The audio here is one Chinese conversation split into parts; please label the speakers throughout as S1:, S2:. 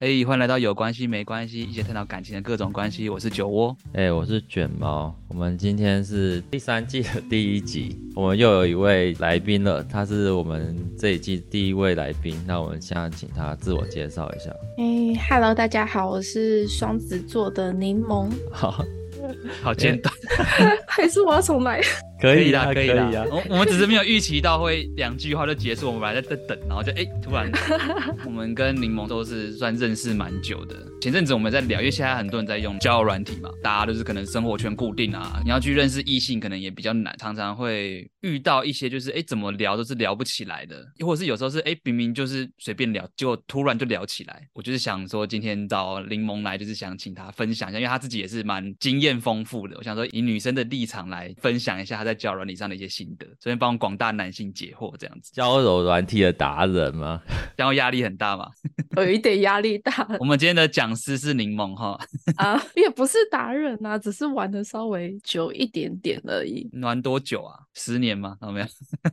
S1: 嘿，哎欢迎来到有关系没关系，一起探讨感情的各种关系。我是酒窝，
S2: 哎、我是卷毛。我们今天是第三季的第一集，我们又有一位来宾了，他是我们这一季第一位来宾。那我们现在请他自我介绍一下。
S3: 哎哈喽，大家好，我是双子座的柠檬，
S2: 好，
S1: 好简短，
S3: 还是我要重来？
S2: 哎 可以啊
S1: 啦，
S2: 啦，可
S1: 以
S2: 啦。
S1: 啦。我我们只是没有预期到会两句话就结束，我们本来在在等，然后就哎、突然，我们跟柠檬都是算认识蛮久的。前阵子我们在聊，因为现在很多人在用交友软体嘛，大家都是可能生活圈固定啊，你要去认识异性可能也比较难，常常会遇到一些就是哎、怎么聊都是聊不起来的，或者是有时候是哎、明明就是随便聊，结果突然就聊起来。我就是想说今天找柠檬来，就是想请他分享一下，因为他自己也是蛮经验丰富的，我想说以女生的立场来分享一下她在交友软体上的一些心得，顺便帮广大男性解惑这样子。
S2: 交友软体的达人吗？
S1: 然后压力很大嘛。
S3: 有一点压力大
S1: 我们今天的讲师是柠檬哈，，
S3: 啊， 也不是达人啊，只是玩的稍微久一点点而已
S1: 玩多久啊？十年吗？有没有？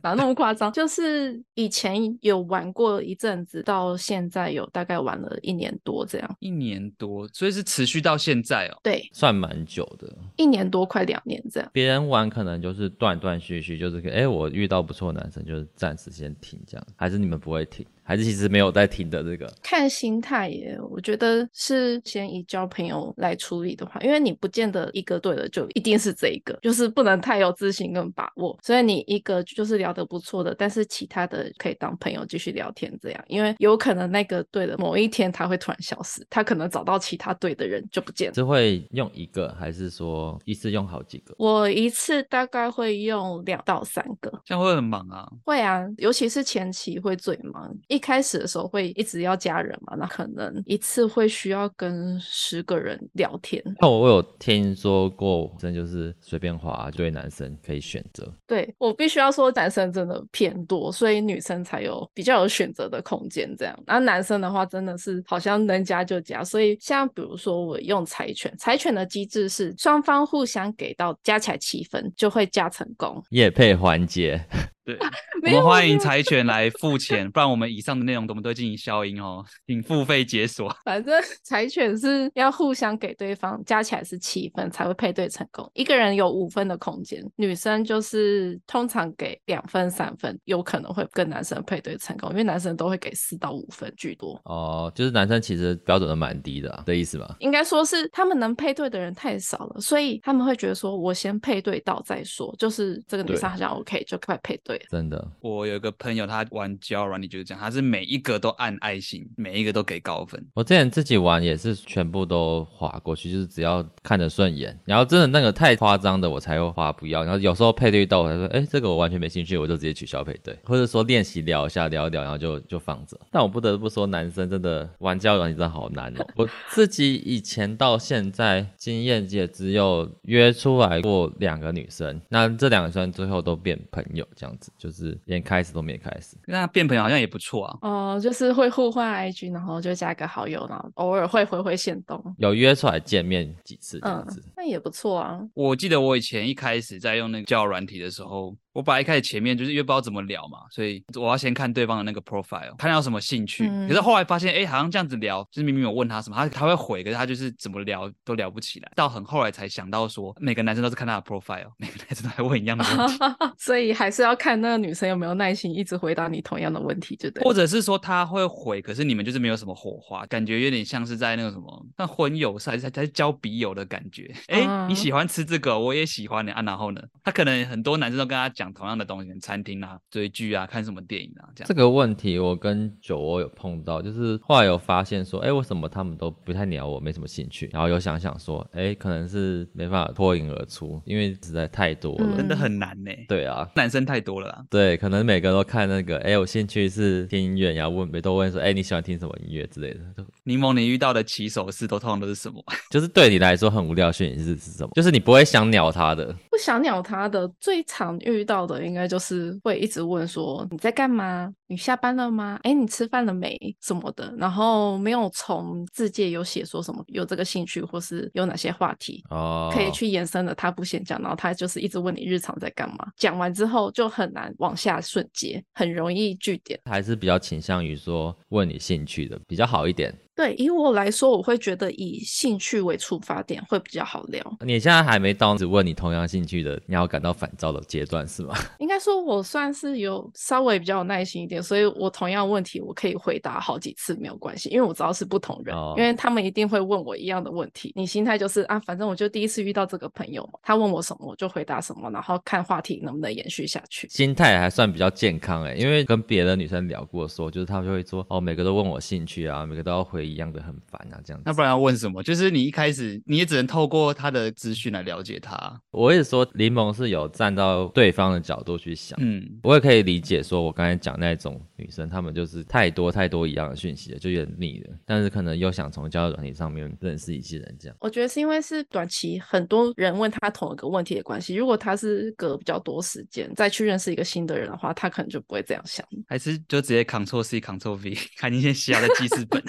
S3: 哪那么夸张？ 就是以前有玩过一阵子，到现在有大概玩了一年多这样，
S1: 一年多，所以是持续到现在哦。
S3: 对，
S2: 算蛮久的。
S3: 一年多快两年这样。
S2: 别人玩可能就是断断续续，就是哎、诶我遇到不错的男生，就是暂时先停这样。还是你们不会停？还是其实没有在停的这个？
S3: 看心态耶，我觉得是先以交朋友来处理的话，因为你不见得一个对了就一定是这一个，就是不能太有自信跟把握。所以你一个就是聊得不错的，但是其他的可以当朋友继续聊天这样，因为有可能那个对的某一天他会突然消失，他可能找到其他对的人就不见了。
S2: 是会用一个，还是说一次用好几个？
S3: 我一次大概会用两到三个，
S1: 这样会很忙啊，
S3: 会啊，尤其是前期会最忙，一开始的时候会一直要加人嘛，那可能一次会需要跟十个人聊天。
S2: 那我我有听说过，真的就是随便滑，对男生可以选择。
S3: 对我必须要说，男生真的偏多，所以女生才有比较有选择的空间这样。那男生的话，真的是好像能加就加，所以像比如说我用柴犬，柴犬的机制是双方互相给到加起来七分就会加成功。
S2: 夜配环节，
S1: 对，我
S3: 没
S1: 们
S3: 有啊
S1: 欢
S3: 没
S1: 迎
S3: 有
S1: 柴犬来付钱，不然我们以上的内容我们都会进行消音哦，请付费解锁。
S3: 反正 柴犬是要互相给对方，加起来是七分才会配对成功。一个人有五分的空间，女生就是通常给两分、三分，有可能会跟男生配对成功，因为男生都会给四到五分居多。
S2: 哦、就是男生其实标准都蛮低的、啊，的意思吧？
S3: 应该说是他们能配对的人太少了，所以他们会觉得说，我先配对到再说，就是这个女
S2: 对
S3: 生好像 OK，就快配对了。
S2: 真的，
S1: 我有一个朋友，他玩交友软体就是这样，他是每一个都按爱心，每一个都给高分。
S2: 我之前自己玩也是全部都划过去，就是只要看得顺眼，然后真的那个太夸张的我才会划不要，然后有时候配对到我才说，哎、这个我完全没兴趣，我就直接取消配对，或者说练习聊一下聊一聊，然后就就放着。但我不得不说，男生真的玩交友软件真的好难哦。我自己以前到现在经验也只有约出来过两个女生，那这两个女生最后都变朋友，这样子就是连开始都没开始。
S1: 那变朋友好像也不错啊，
S3: 哦、就是会互换 IG，然后就加个好友，然后偶尔会回回线动，
S2: 有约出来见面几次这样
S3: 嗯
S2: 子，，
S3: 那也不错啊。
S1: 我记得我以前一开始在用那个交友软体的时候，我本来一开始前面就是因为不知道怎么聊嘛，所以我要先看对方的那个 profile，看他有什么兴趣。
S3: 嗯，
S1: 可是后来发现，哎、好像这样子聊，就是明明我问他什么，他他会回，可是他就是怎么聊都聊不起来。到很后来才想到说，每个男生都是看他的 profile，每个男生都还问一样的问题
S3: 所以还是要看那个女生有没有耐心一直回答你同样的问题，就对了。
S1: 或者是说他会回，可是你们就是没有什么火花，感觉有点像是在那个什么，那婚友是还是还是交笔友的感觉。哎、你
S3: 嗯
S1: 喜欢吃这个，我也喜欢你啊。然后呢，他可能很多男生都跟他讲同样的东西，餐厅啊、追剧啊、看什么电影啊这样。
S2: 这个问题我跟酒窝有碰到，就是后来有发现说，哎，为什么他们都不太鸟我，没什么兴趣？然后有想想说，哎，可能是没办法脱颖而出，因为实在太多了。
S1: 真
S3: 嗯
S1: 的很难呢、
S2: 对啊，
S1: 男生太多了啦。
S2: 对，可能每个都看那个，哎，我兴趣是听音乐，然后问都问说，哎，你喜欢听什么音乐之类的，就
S1: 柠檬，你遇到的起手式都通常都是什么？
S2: 就是对你来说很无聊的讯息是是什么？就是你不会想鸟他的，
S3: 不想鸟他的最常遇到的，应该就是会一直问说你在干嘛？你下班了吗？哎，你吃饭了没？什么的，然后没有从字界有写说什么有这个兴趣，或是有哪些话题。
S2: 哦，
S3: 可以去延伸的，他不先讲，然后他就是一直问你日常在干嘛，讲完之后就很难往下瞬接，很容易据点。
S2: 还是比较倾向于说问你兴趣的比较好一点。
S3: 对，以我来说，我会觉得以兴趣为出发点会比较好聊。
S2: 你现在还没到只问你同样兴趣的，你要感到烦躁的阶段是吗？
S3: 应该说，我算是有稍微比较有耐心一点，所以我同样问题我可以回答好几次没有关系，因为我知道是不同人，
S2: 哦
S3: 因为他们一定会问我一样的问题。你心态就是啊，反正我就第一次遇到这个朋友嘛，他问我什么我就回答什么，然后看话题能不能延续下去。
S2: 心态还算比较健康欸诶、因为跟别的女生聊过说，就是她们就会说哦，每个都问我兴趣啊，每个都要回一样的，很烦啊这样子。
S1: 那不然要问什么？就是你一开始你也只能透过他的资讯来了解他。啊
S2: 我也说柠檬是有站到对方的角度去想。
S1: 嗯，
S2: 我也可以理解，说我刚才讲那种女生，她们就是太多太多一样的讯息了，就有点腻了。但是可能又想从交友软体上面认识一些人，这样。
S3: 我觉得是因为是短期很多人问他同一个问题的关系，如果他是隔比较多时间再去认识一个新的人的话，他可能就不会这样想。
S1: 还是就直接 Ctrl C Ctrl V，看你 先写的记事本，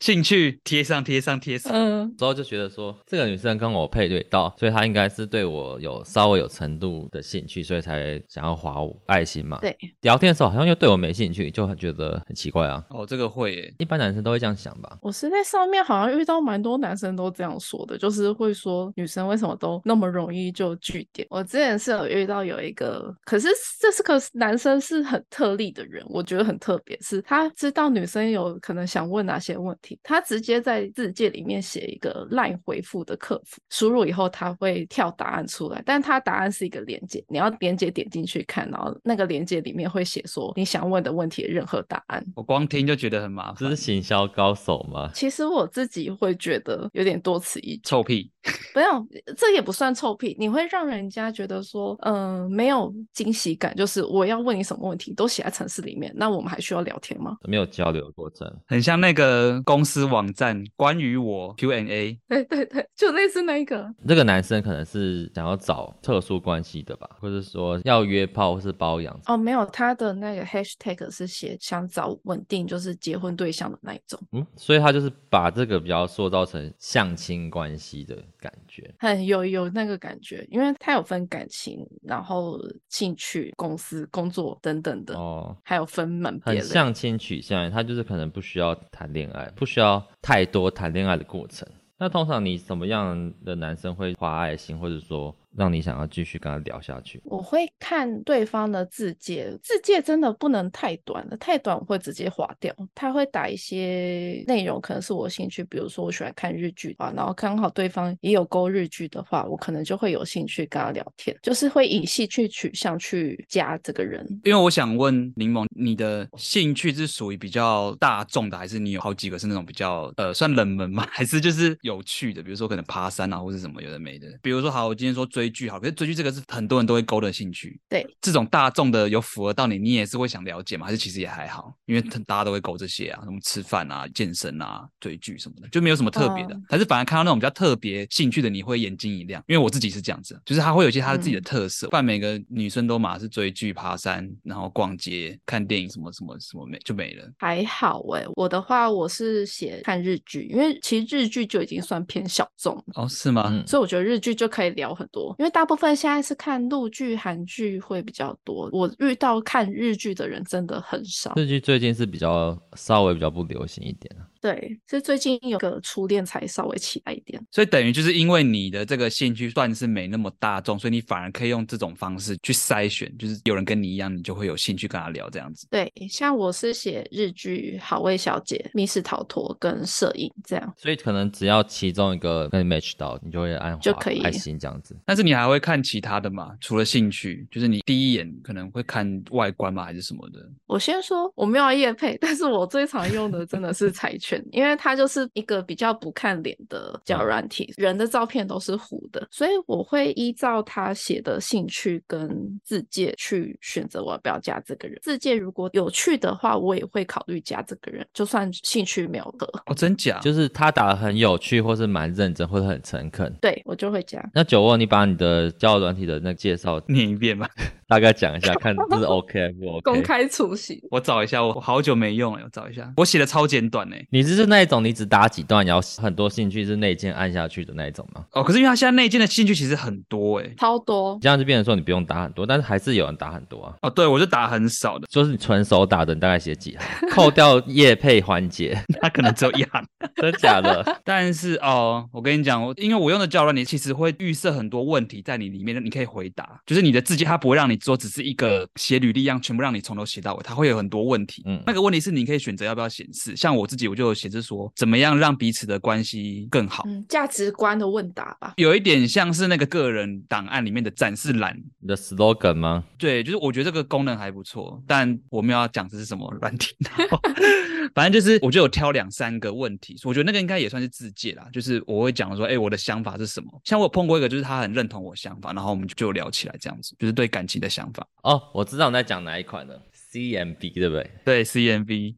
S1: 兴趣贴上贴上贴上。
S3: 嗯，
S2: 之后就觉得说，这个女生跟我配对到，所以她应该是对我有稍微有程度的兴趣，所以才想要划我爱心嘛。
S3: 对，
S2: 聊天的时候好像又对我没兴趣，就很觉得很奇怪啊。
S1: 哦，这个会耶，
S2: 一般男生都会这样想吧？
S3: 我是在上面好像遇到蛮多男生都这样说的，就是会说女生为什么都那么容易就据点。我之前是有遇到有一个，可是这是个男生是很特例的人，我觉得很特别，是他知道女生有可能想问哪些问题，他直接在字界里面写一个 LINE 回复的客服，输入以后他会跳答案出来，但他答案是一个连接，你要连接点进去看，然后那个连接里面会写说你想问的问题的任何答案。
S1: 我光听就觉得很麻
S2: 这
S1: 烦
S2: 是。行销高手吗？
S3: 其实我自己会觉得有点多此一举，
S1: 臭屁，
S3: 没有，这也不算臭屁，你会让人家觉得说，嗯、没有惊喜感，就是我要问你什么问题都写在城市里面，那我们还需要聊天吗？
S2: 没有交流过程，
S1: 很像那个公司网站关于我 Q&A，
S3: 对对对，就类似那一个，
S2: 这个男生可能是想要找特殊关系的吧，或者说要约炮或是包养。
S3: 哦，没有，他的那个 hashtag 是写想找稳定，就是结婚对象的那一种，
S2: 嗯，所以他就是把这个比较塑造成相亲关系的感觉。
S3: 很有有那个感觉，因为他有分感情，然后兴趣、公司、工作等等的，
S2: 哦，
S3: 还有分门别
S2: 很
S3: 类。
S2: 相亲取向，他就是可能不需要谈恋爱，不需要太多谈恋爱的过程。那通常你什么样的男生会花爱心，或者说让你想要继续跟他聊下去？
S3: 我会看对方的字界，字界真的不能太短了，太短我会直接划掉。他会打一些内容，可能是我兴趣，比如说我喜欢看日剧啊，然后刚好对方也有勾日剧的话，我可能就会有兴趣跟他聊天，就是会以兴趣取向去加这个人。
S1: 因为我想问柠檬，你的兴趣是属于比较大众的，还是你有好几个是那种比较呃算冷门吗？ 还是就是有趣的，比如说可能爬山啊，或是什么有的没的？比如说好，我今天说追剧好，可是追剧这个是很多人都会勾的兴趣。
S3: 对，
S1: 这种大众的有符合到你，你也是会想了解吗？还是其实也还好，因为大家都会勾这些啊，什么吃饭啊、健身啊、追剧什么的，就没有什么特别的。
S3: 嗯
S1: 还是反而看到那种比较特别兴趣的，你会眼睛一亮，因为我自己是这样子，就是他会有一些他自己的
S3: 嗯
S1: 特色。不然每个女生都嘛是追剧、爬山，然后逛街、看电影什么什么什么没就没了。
S3: 还好诶、我的话我是写看日剧，因为其实日剧就已经算偏小众了。
S1: 哦，是吗？
S2: 嗯，
S3: 所以我觉得日剧就可以聊很多，因为大部分现在是看陆剧、韩剧会比较多。我遇到看日剧的人真的很少。
S2: 日剧最近是比较稍微比较不流行一点啊
S3: 对，是最近有个初恋才稍微起来一点。
S1: 所以等于就是因为你的这个兴趣算是没那么大众，所以你反而可以用这种方式去筛选，就是有人跟你一样，你就会有兴趣跟他聊这样子。
S3: 对，像我是写日剧《好味小姐》《密室逃脱》跟摄影这样。
S2: 所以可能只要其中一个跟你 match 到，你就会按
S3: 就
S2: 划
S3: 可以
S2: 爱心这样子。
S1: 但是你还会看其他的吗？除了兴趣，就是你第一眼可能会看外观吗？还是什么的？
S3: 我先说我没有夜配，但是我最常用的真的是柴犬，因为它就是一个比较不看脸的交友软体，人的照片都是糊的，所以我会依照他写的兴趣跟字界去选择我要不要加这个人。字界如果有趣的话，我也会考虑加这个人，就算兴趣没有合，
S1: 哦，真假？
S2: 就是他打的很有趣，或是蛮认真，或者很诚恳。
S3: 对我就会加。
S2: 那酒窝，你把你的交友软体的那介绍
S1: 念一遍吧。
S2: 大概讲一 下，看这是 OK 还是不 OK。
S3: 公开处刑。
S1: 我找一下，我我好久没用了，我找一下，我写的超简短哎、
S2: 你就是那一种，你只打几段，然后很多兴趣是内建按下去的那一种吗？
S1: 哦，可是因为他现在内建的兴趣其实很多哎、
S3: 超多，
S2: 这样就变成说你不用打很多，但是还是有人打很多啊。
S1: 哦，对我就打很少的，
S2: 就是你纯手打的，你大概写几行？扣掉夜配环节，
S1: 他可能只有一行。
S2: 真假的？
S1: 但是哦，我跟你讲，我因为我用的教软你其实会预设很多问题在你里面，你可以回答，就是你的字迹它不会让你做只是一个写履历一样，全部让你从头写到尾，它会有很多问题。
S2: 嗯
S1: 那个问题是你可以选择要不要显示，像我自己我就有显示说，怎么样让彼此的关系更好。
S3: 嗯，价值观的问答吧。
S1: 有一点像是那个个人档案里面的展示栏，
S2: 你的 slogan 吗？
S1: 对，就是我觉得这个功能还不错，但我没有要讲这是什么软体，然后反正就是我就有挑两三个问题，我觉得那个应该也算是自介啦，就是我会讲说，哎、我的想法是什么？像我有碰过一个，就是他很认同我想法，然后我们就就聊起来这样子，就是对感情的想法。
S2: 哦，我知道你在讲哪一款了，CMB 对不对？
S1: 对 CMV，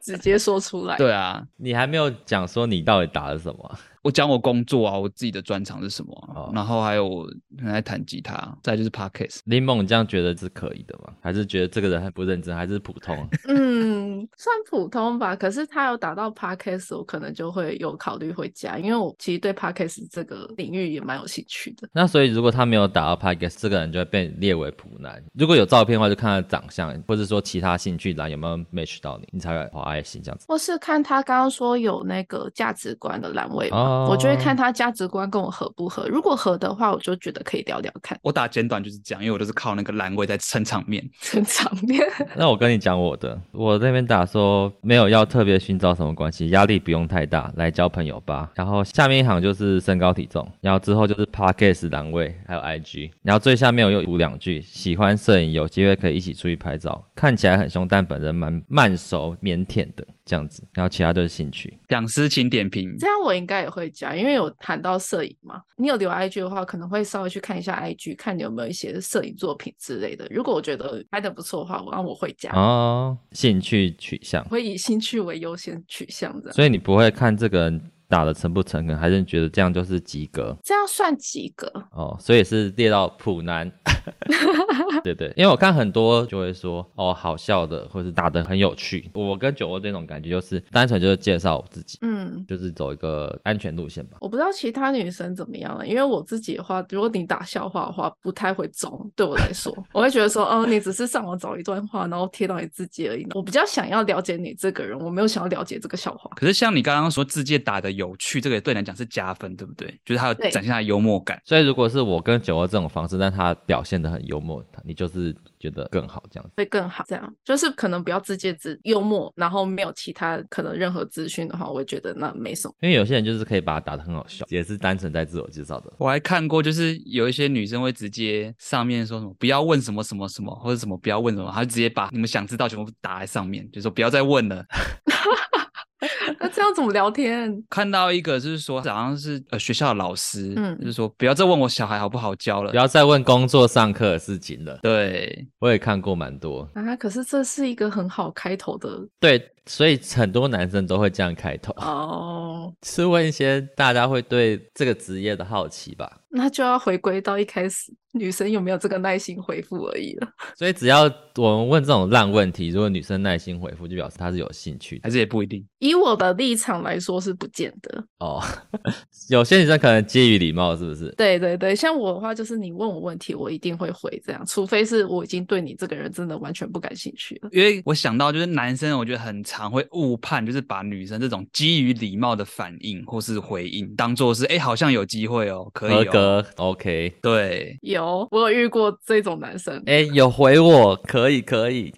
S3: 直接说出来。
S1: 对啊，
S2: 你还没有讲说你到底打的什么啊？
S1: 我讲我工作啊，我自己的专长是什么啊、
S2: 哦
S1: 然后还有我很爱弹吉他，再来就是 Podcast。
S2: 林梦，你这样觉得是可以的吗？还是觉得这个人很不认真，还是普通？
S3: 嗯，算普通吧。可是他有打到 podcast，我可能就会有考虑回家，因为我其实对 podcast 这个领域也蛮有兴趣的。
S2: 那所以如果他没有打到 podcast，这个人就会被列为普男。如果有照片的话，就看他的长相，或者说其他兴趣栏有没有 match 到你，你才会划爱心这样子。
S3: 或是看他刚刚说有那个价值观的栏位嘛，我就会看
S2: 哦
S3: 他价值观跟我合不合。如果合的话，我就觉得可以聊聊看，
S1: 我打简短就是这样，因为我都是靠那个栏位在撑场面。
S3: 很场面。
S2: 哦那我跟你讲我的，我那边打说没有要特别寻找什么关系，压力不用太大，来交朋友吧。然后下面一行就是身高体重，然后之后就是 podcast 栏位，还有 IG，然后最下面我又补两句，喜欢摄影，有机会可以一起出去拍照，看起来很凶，但本人蛮慢熟腼腆的这样子。然后其他就是兴趣，
S1: 讲师请点评，
S3: 这样我应该也会加，因为有谈到摄影嘛。你有留 IG 的话，可能会稍微去看一下 IG，看你有没有一些摄影作品之类的。如果我觉得拍的不错的话，我让我会加，
S2: 哦，兴趣取向
S3: 我，会以兴趣为优先取向这样。
S2: 所以你不会看这个人打的诚不诚恳，还是你觉得这样就是及格
S3: 这样算及格？
S2: 哦？所以是列到普男。对对，因为我看很多就会说哦，好笑的，或是打的很有趣。我跟酒窝这种感觉就是单纯就是介绍我自己，
S3: 嗯，
S2: 就是走一个安全路线吧。
S3: 我不知道其他女生怎么样了，因为我自己的话，如果你打笑话的话，不太会中。对我来说，我会觉得说，哦，你只是上网找一段话，然后贴到你自己而已。我比较想要了解你这个人，我没有想要了解这个笑话。
S1: 可是像你刚刚说字界打的有趣，这个对你来讲是加分，对不对？就是他有
S3: 对
S1: 展现他的幽默感。
S2: 所以如果是我跟酒窝这种方式，但他表现的很幽默，你就是觉得更好这样子。
S3: 会更好。这样就是可能不要自介自幽默，然后没有其他可能任何资讯的话，我会觉得那没什么。
S2: 因为有些人就是可以把它打的很好笑，也是单纯在自我介绍的。
S1: 我还看过，就是有一些女生会直接上面说什么不要问什么什么什么，或者什么不要问什么，她就直接把你们想知道全部打在上面，就说不要再问了。
S3: 那这样怎么聊天？
S1: 看到一个就是说好像是呃学校的老师，
S3: 嗯
S1: 就是说不要再问我小孩好不好教了
S2: 不。要再问工作上课的事情了，
S1: 对，
S2: 我也看过蛮多。
S3: 啊，可是这是一个很好开头的
S2: 对，所以很多男生都会这样开头，
S3: 哦。
S2: 是问一些大家会对这个职业的好奇吧。
S3: 那就要回归到一开始女生有没有这个耐心回复而已了。
S2: 所以只要我们问这种烂问题，如果女生耐心回复，就表示她是有兴趣的
S1: 还是也不一定。
S3: 以我的立场来说是不见得。
S2: 哦。 有些女生可能基于礼貌，是不是？
S3: 对对对，像我的话就是你问我问题，我一定会回这样，除非是我已经对你这个人真的完全不感兴趣了。
S1: 因为我想到就是男生，我觉得很常会误判，就是把女生这种基于礼貌的反应或是回应当做是哎、诶好像有机会哦，可以、
S2: 合
S1: 哦、
S2: 格，OK。
S1: 对，
S3: 有，我有遇过这种男生，
S2: 哎、有回我，可以，可以。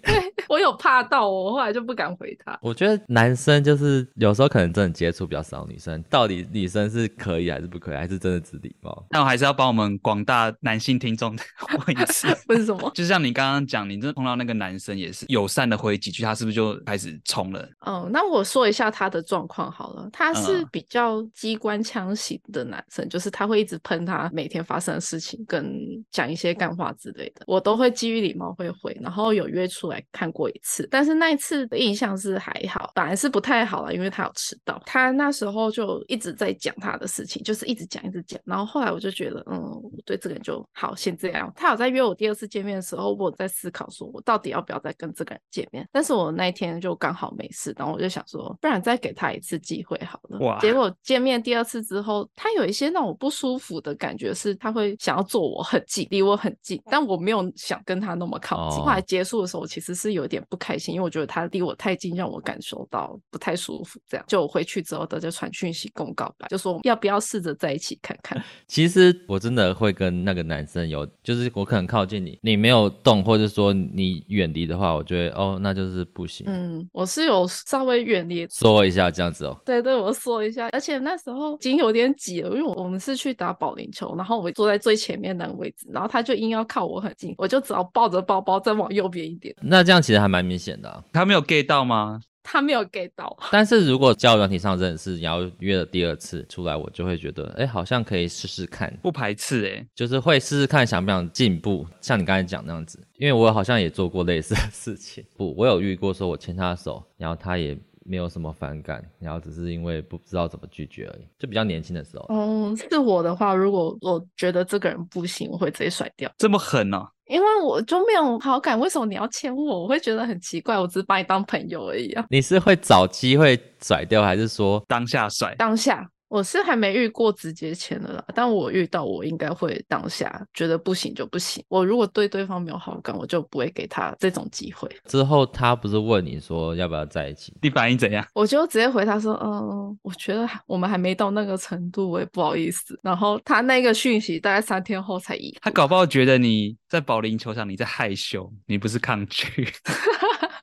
S3: 我有怕到哦我，我后来就不敢回 他。
S2: 我觉得男生就是有时候可能真的接触比较少女生，到底女生是可以还是不可以，还是真的只礼貌？
S1: 但我还是要帮我们广大男性听众 问一次，
S3: 为什么？
S1: 就像你刚刚讲，你真的碰到那个男生也是友善的回几句，他是不是就开始冲了？
S3: 哦，那我说一下他的状况好了。他是
S1: 嗯
S3: 比较机关枪型的男生，就是他会一直喷他每天发生的事情，跟讲一些干话之类的。我都会基于礼貌会回，然后有约出来看过一次，但是那一次的印象是还好，本来是不太好了，因为他有迟到。他那时候就一直在讲他的事情，就是一直讲一直讲。然后后来我就觉得，嗯，我对这个人就好，先这样。他有在约我第二次见面的时候，我有在思考说我到底要不要再跟这个人见面。但是我那一天就刚好没事，然后我就想说，不然再给他一次机会好了。
S1: 哇
S3: 结果见面第二次之后，他有一些让我不舒服的感觉，是他会想要坐我很近，离我很近，但我没有想跟他那么靠近。
S2: 哦
S3: 后来结束的时候，我其实是有点不开心，因为我觉得他离我太近，让我感受到不太舒服。这样，就我回去之后，他就传讯息跟我告白，就说要不要试着在一起看看。
S2: 其实我真的会跟那个男生有，就是我可能靠近你，你没有动，或者说你远离的话，我觉得哦，那就是不行，
S3: 嗯，我是有稍微远离
S2: 说一下这样子哦。
S3: 对对，我说一下，而且那时候已经有点挤了，因为我们是去打保龄球，然后我坐在最前面那个位置，然后他就硬要靠我很近，我就只好抱着包包再往右边一点，
S2: 那这样其实还蛮明显的啊、
S1: 他没有 get 到吗？
S3: 他没有 get 到。
S2: 但是如果交友软体上认识，然后约了第二次出来，我就会觉得，哎、好像可以试试看，
S1: 不排斥哎、
S2: 就是会试试看想不想进步。像你刚才讲那样子，因为我好像也做过类似的事情。 不，我有遇过，说我牵他的手，然后他也没有什么反感，然后只是因为不知道怎么拒绝而已，就比较年轻的时候。
S3: 嗯，是我的话，如果我觉得这个人不行，我会直接甩掉，
S1: 这么狠哦、
S3: 因为我就没有好感。为什么你要牵我？我会觉得很奇怪，我只是把你当朋友而已啊。
S2: 你是会找机会甩掉，还是说
S1: 当下甩，
S3: 当下我是还没遇过直接签的啦，但我遇到我应该会当下觉得不行就不行。我如果对对方没有好感，我就不会给他这种机会，
S2: 之后他不是问你说要不要在一起？
S1: 你反应怎样？
S3: 我就直接回他说：“嗯，我觉得还我们还没到那个程度，我也不好意思。”然后他那个讯息大概三天后才移，
S1: 他搞不好觉得你在保龄球场你在害羞，你不是抗拒。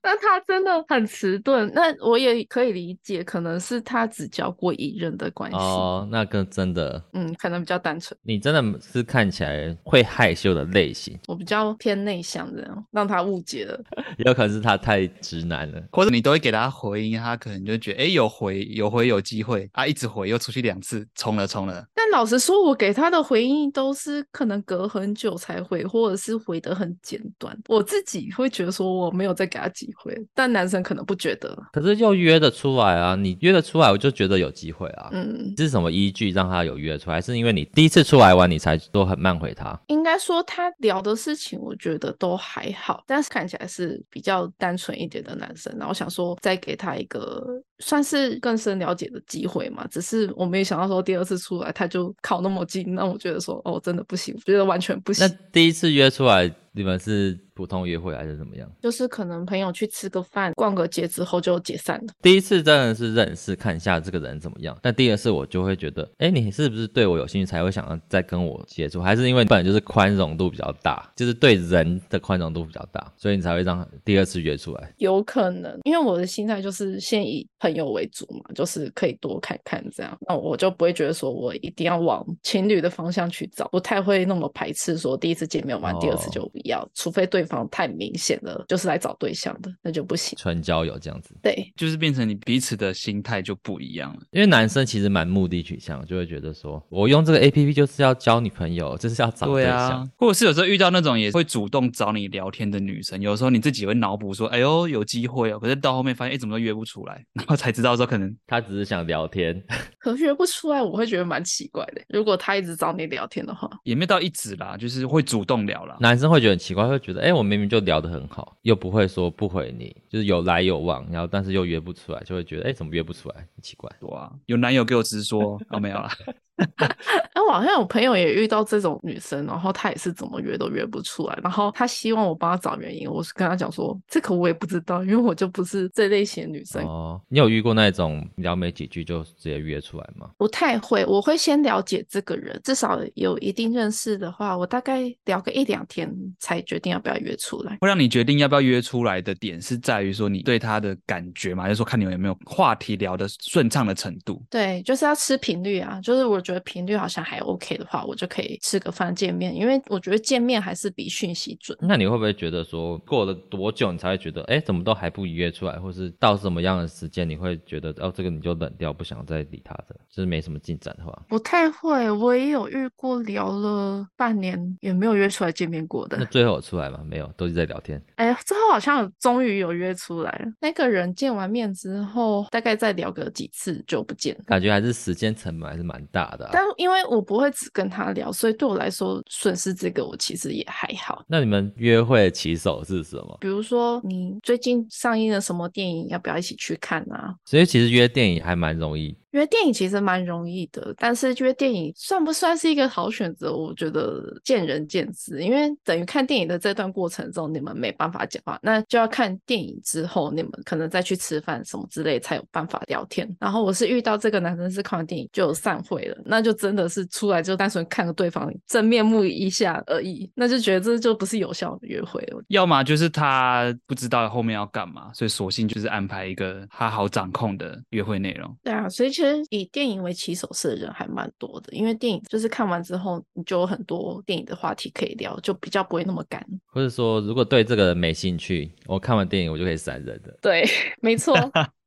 S3: 那他真的很迟钝，那我也可以理解，可能是他只交过一任的关系，
S2: 哦，那个真的，
S3: 嗯，可能比较单纯。
S2: 你真的是看起来会害羞的类型，
S3: 我比较偏内向这样，让他误解了。
S2: 也有可能是他太直男了。
S1: 或者你都会给他回应，他可能就觉得哎、诶有回有回有机会啊，一直回又出去两次，冲了冲了，
S3: 但老实说，我给他的回应都是可能隔很久才回，或者是回得很简短。我自己会觉得说我没有再给他机会，但男生可能不觉得。
S2: 可是又约得出来啊，你约得出来，我就觉得有机会啊。
S3: 嗯，
S2: 是什么依据让他有约出来？是因为你第一次出来玩，你才都很慢回他。
S3: 应该说他聊的事情，我觉得都还好，但是看起来是比较单纯一点的男生。然后想说再给他一个算是更深了解的机会嘛，只是我没想到说第二次出来他就靠那么近，让我觉得说哦真的不行，我觉得完全不行
S2: 那。第一次约出来，你们是普通约会还是怎么样？
S3: 就是可能朋友去吃个饭、逛个街之后就解散了。
S2: 第一次真的是认识，看一下这个人怎么样。但第二次我就会觉得，哎，你是不是对我有兴趣才会想要再跟我接触？还是因为你本来就是宽容度比较大，就是对人的宽容度比较大，所以你才会让第二次约出来？
S3: 有可能，因为我的心态就是先以朋友为主嘛，就是可以多看看这样，那我就不会觉得说我一定要往情侣的方向去找，不太会那么排斥说第一次见面完，第二次
S2: 哦
S3: 就不要，除非对方太明显了，就是来找对象的，那就不行。
S2: 纯交友这样子，
S3: 对，
S1: 就是变成你彼此的心态就不一样了。
S2: 因为男生其实蛮目的取向，就会觉得说我用这个 A P P 就是要交女朋友，就是要找
S1: 对
S2: 象。
S1: 啊，或者是有时候遇到那种也会主动找你聊天的女生，有时候你自己会脑补说，哎呦有机会哦，可是到后面发现，哎、怎么都约不出来，然后才知道说可能
S2: 他只是想聊天，
S3: 可是约不出来，我会觉得蛮奇怪的。如果他一直找你聊天的话，
S1: 也没到一直啦，就是会主动聊啦。
S2: 男生会觉得很奇怪，会觉得哎、诶我明明就聊得很好，又不会说不回你，就是有来有往，然后但是又约不出来，就会觉得哎、诶怎么约不出来，很奇怪。
S1: 对啊，有男友给我直说，哦没有啦，
S3: 哎，我好像有朋友也遇到这种女生，然后她也是怎么约都约不出来，然后她希望我帮她找原因，我是跟她讲说这个我也不知道，因为我就不是这类型的女生，
S2: 哦，你有遇过那种聊没几句就直接约出来吗？
S3: 不太会。我会先了解这个人，至少有一定认识的话，我大概聊个一两天才决定要不要约出来。
S1: 会让你决定要不要约出来的点是在于说你对他的感觉嘛，就是说看你们有没有话题聊的顺畅的程度。
S3: 对，就是要吃频率啊，就是我觉得频率好像还 OK 的话，我就可以吃个饭见面，因为我觉得见面还是比讯息准。
S2: 那你会不会觉得说，过了多久你才会觉得，哎，怎么都还不约出来，或是到什么样的时间你会觉得，哦，这个你就冷掉，不想再理他的，就是没什么进展的话，
S3: 不太会，我也有遇过聊了半年也没有约出来见面过的
S2: 那。最后有出来吗？没有，都是在聊天。
S3: 哎，最后好像有终于有约出来了。那个人见完面之后，大概再聊个几次就不见了。
S2: 感觉还是时间成本还是蛮大的啊、
S3: 但因为我不会只跟他聊，所以对我来说损失这个我其实也还好。
S2: 那你们约会起手是什么？
S3: 比如说你最近上映了什么电影，要不要一起去看啊？
S2: 所以其实约电影还蛮容易，
S3: 约电影其实蛮容易的，但是约电影算不算是一个好选择？我觉得见仁见智，因为等于看电影的这段过程中，你们没办法讲话，那就要看电影之后，你们可能再去吃饭什么之类才有办法聊天。然后我是遇到这个男生是看完电影就散会了，那就真的是出来就单纯看个对方真面目一下而已，那就觉得这就不是有效的约会了。
S1: 要么就是他不知道后面要干嘛，所以索性就是安排一个他好掌控的约会内容。
S3: 对啊，所以其实以电影为起手式的人还蛮多的，因为电影就是看完之后，你就有很多电影的话题可以聊，就比较不会那么干。
S2: 或者说如果对这个人没兴趣，我看完电影我就可以闪人的。
S3: 对，没 错，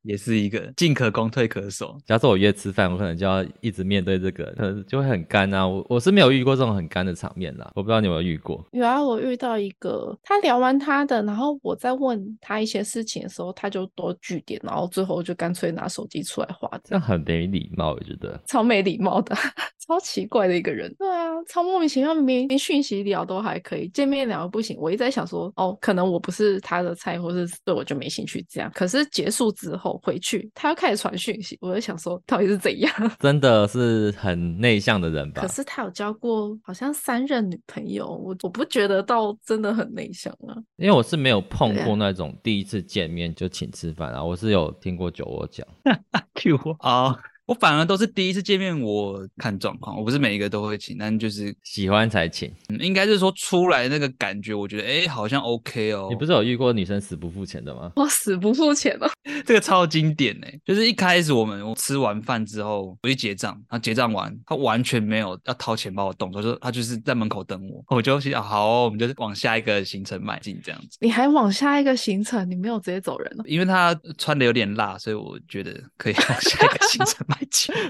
S1: 也是一个进可攻退可守，
S2: 假如说我约吃饭，我可能就要一直面对这个， 可能就会很干啊。我我是没有遇过这种很干的场面啦，我不知道你有没有遇过。
S3: 有啊，我遇到一个，他聊完他的，然后我在问他一些事情的时候，他就多据点，然后最后就干脆拿手机出来划
S2: 这
S3: 掉，
S2: 样很没礼貌，我觉得。
S3: 超没礼貌的， 超奇怪的一个人。对啊，超莫名其妙，明明讯息聊都还可以，见面聊不行。我一直在想说，哦，可能我不是他的菜，或是对我就没兴趣这样。可是结束之后回去，他又开始传讯息，我就想说，到底是怎样？
S2: 真的是很内向的人吧
S3: 可？是他有交过好像三任女朋友，我我不觉得到真的很内向啊。
S2: 因为我是没有碰
S3: 对啊
S2: 过那种第一次见面就请吃饭啊，我是有听过酒窝讲，
S1: Q 我哦。 我反而都是第一次见面，我看状况，我不是每一个都会请，但就是、
S2: 喜欢才请。
S1: 嗯应该是说出来那个感觉，我觉得哎、诶好像 OK 哦。
S2: 你不是有遇过女生死不付钱的吗？
S3: 我死不付钱哦，
S1: 这个超经典哎、就是一开始我们我吃完饭之后，我去结账，然后结账完，他完全没有要掏钱包的动作，就是他就是在门口等我，我就心想好哦、我们就是往下一个行程迈进这样子。
S3: 你还往下一个行程，你没有直接走人哦。
S1: 因为他穿的有点辣，所以我觉得可以 往下一个行程迈进。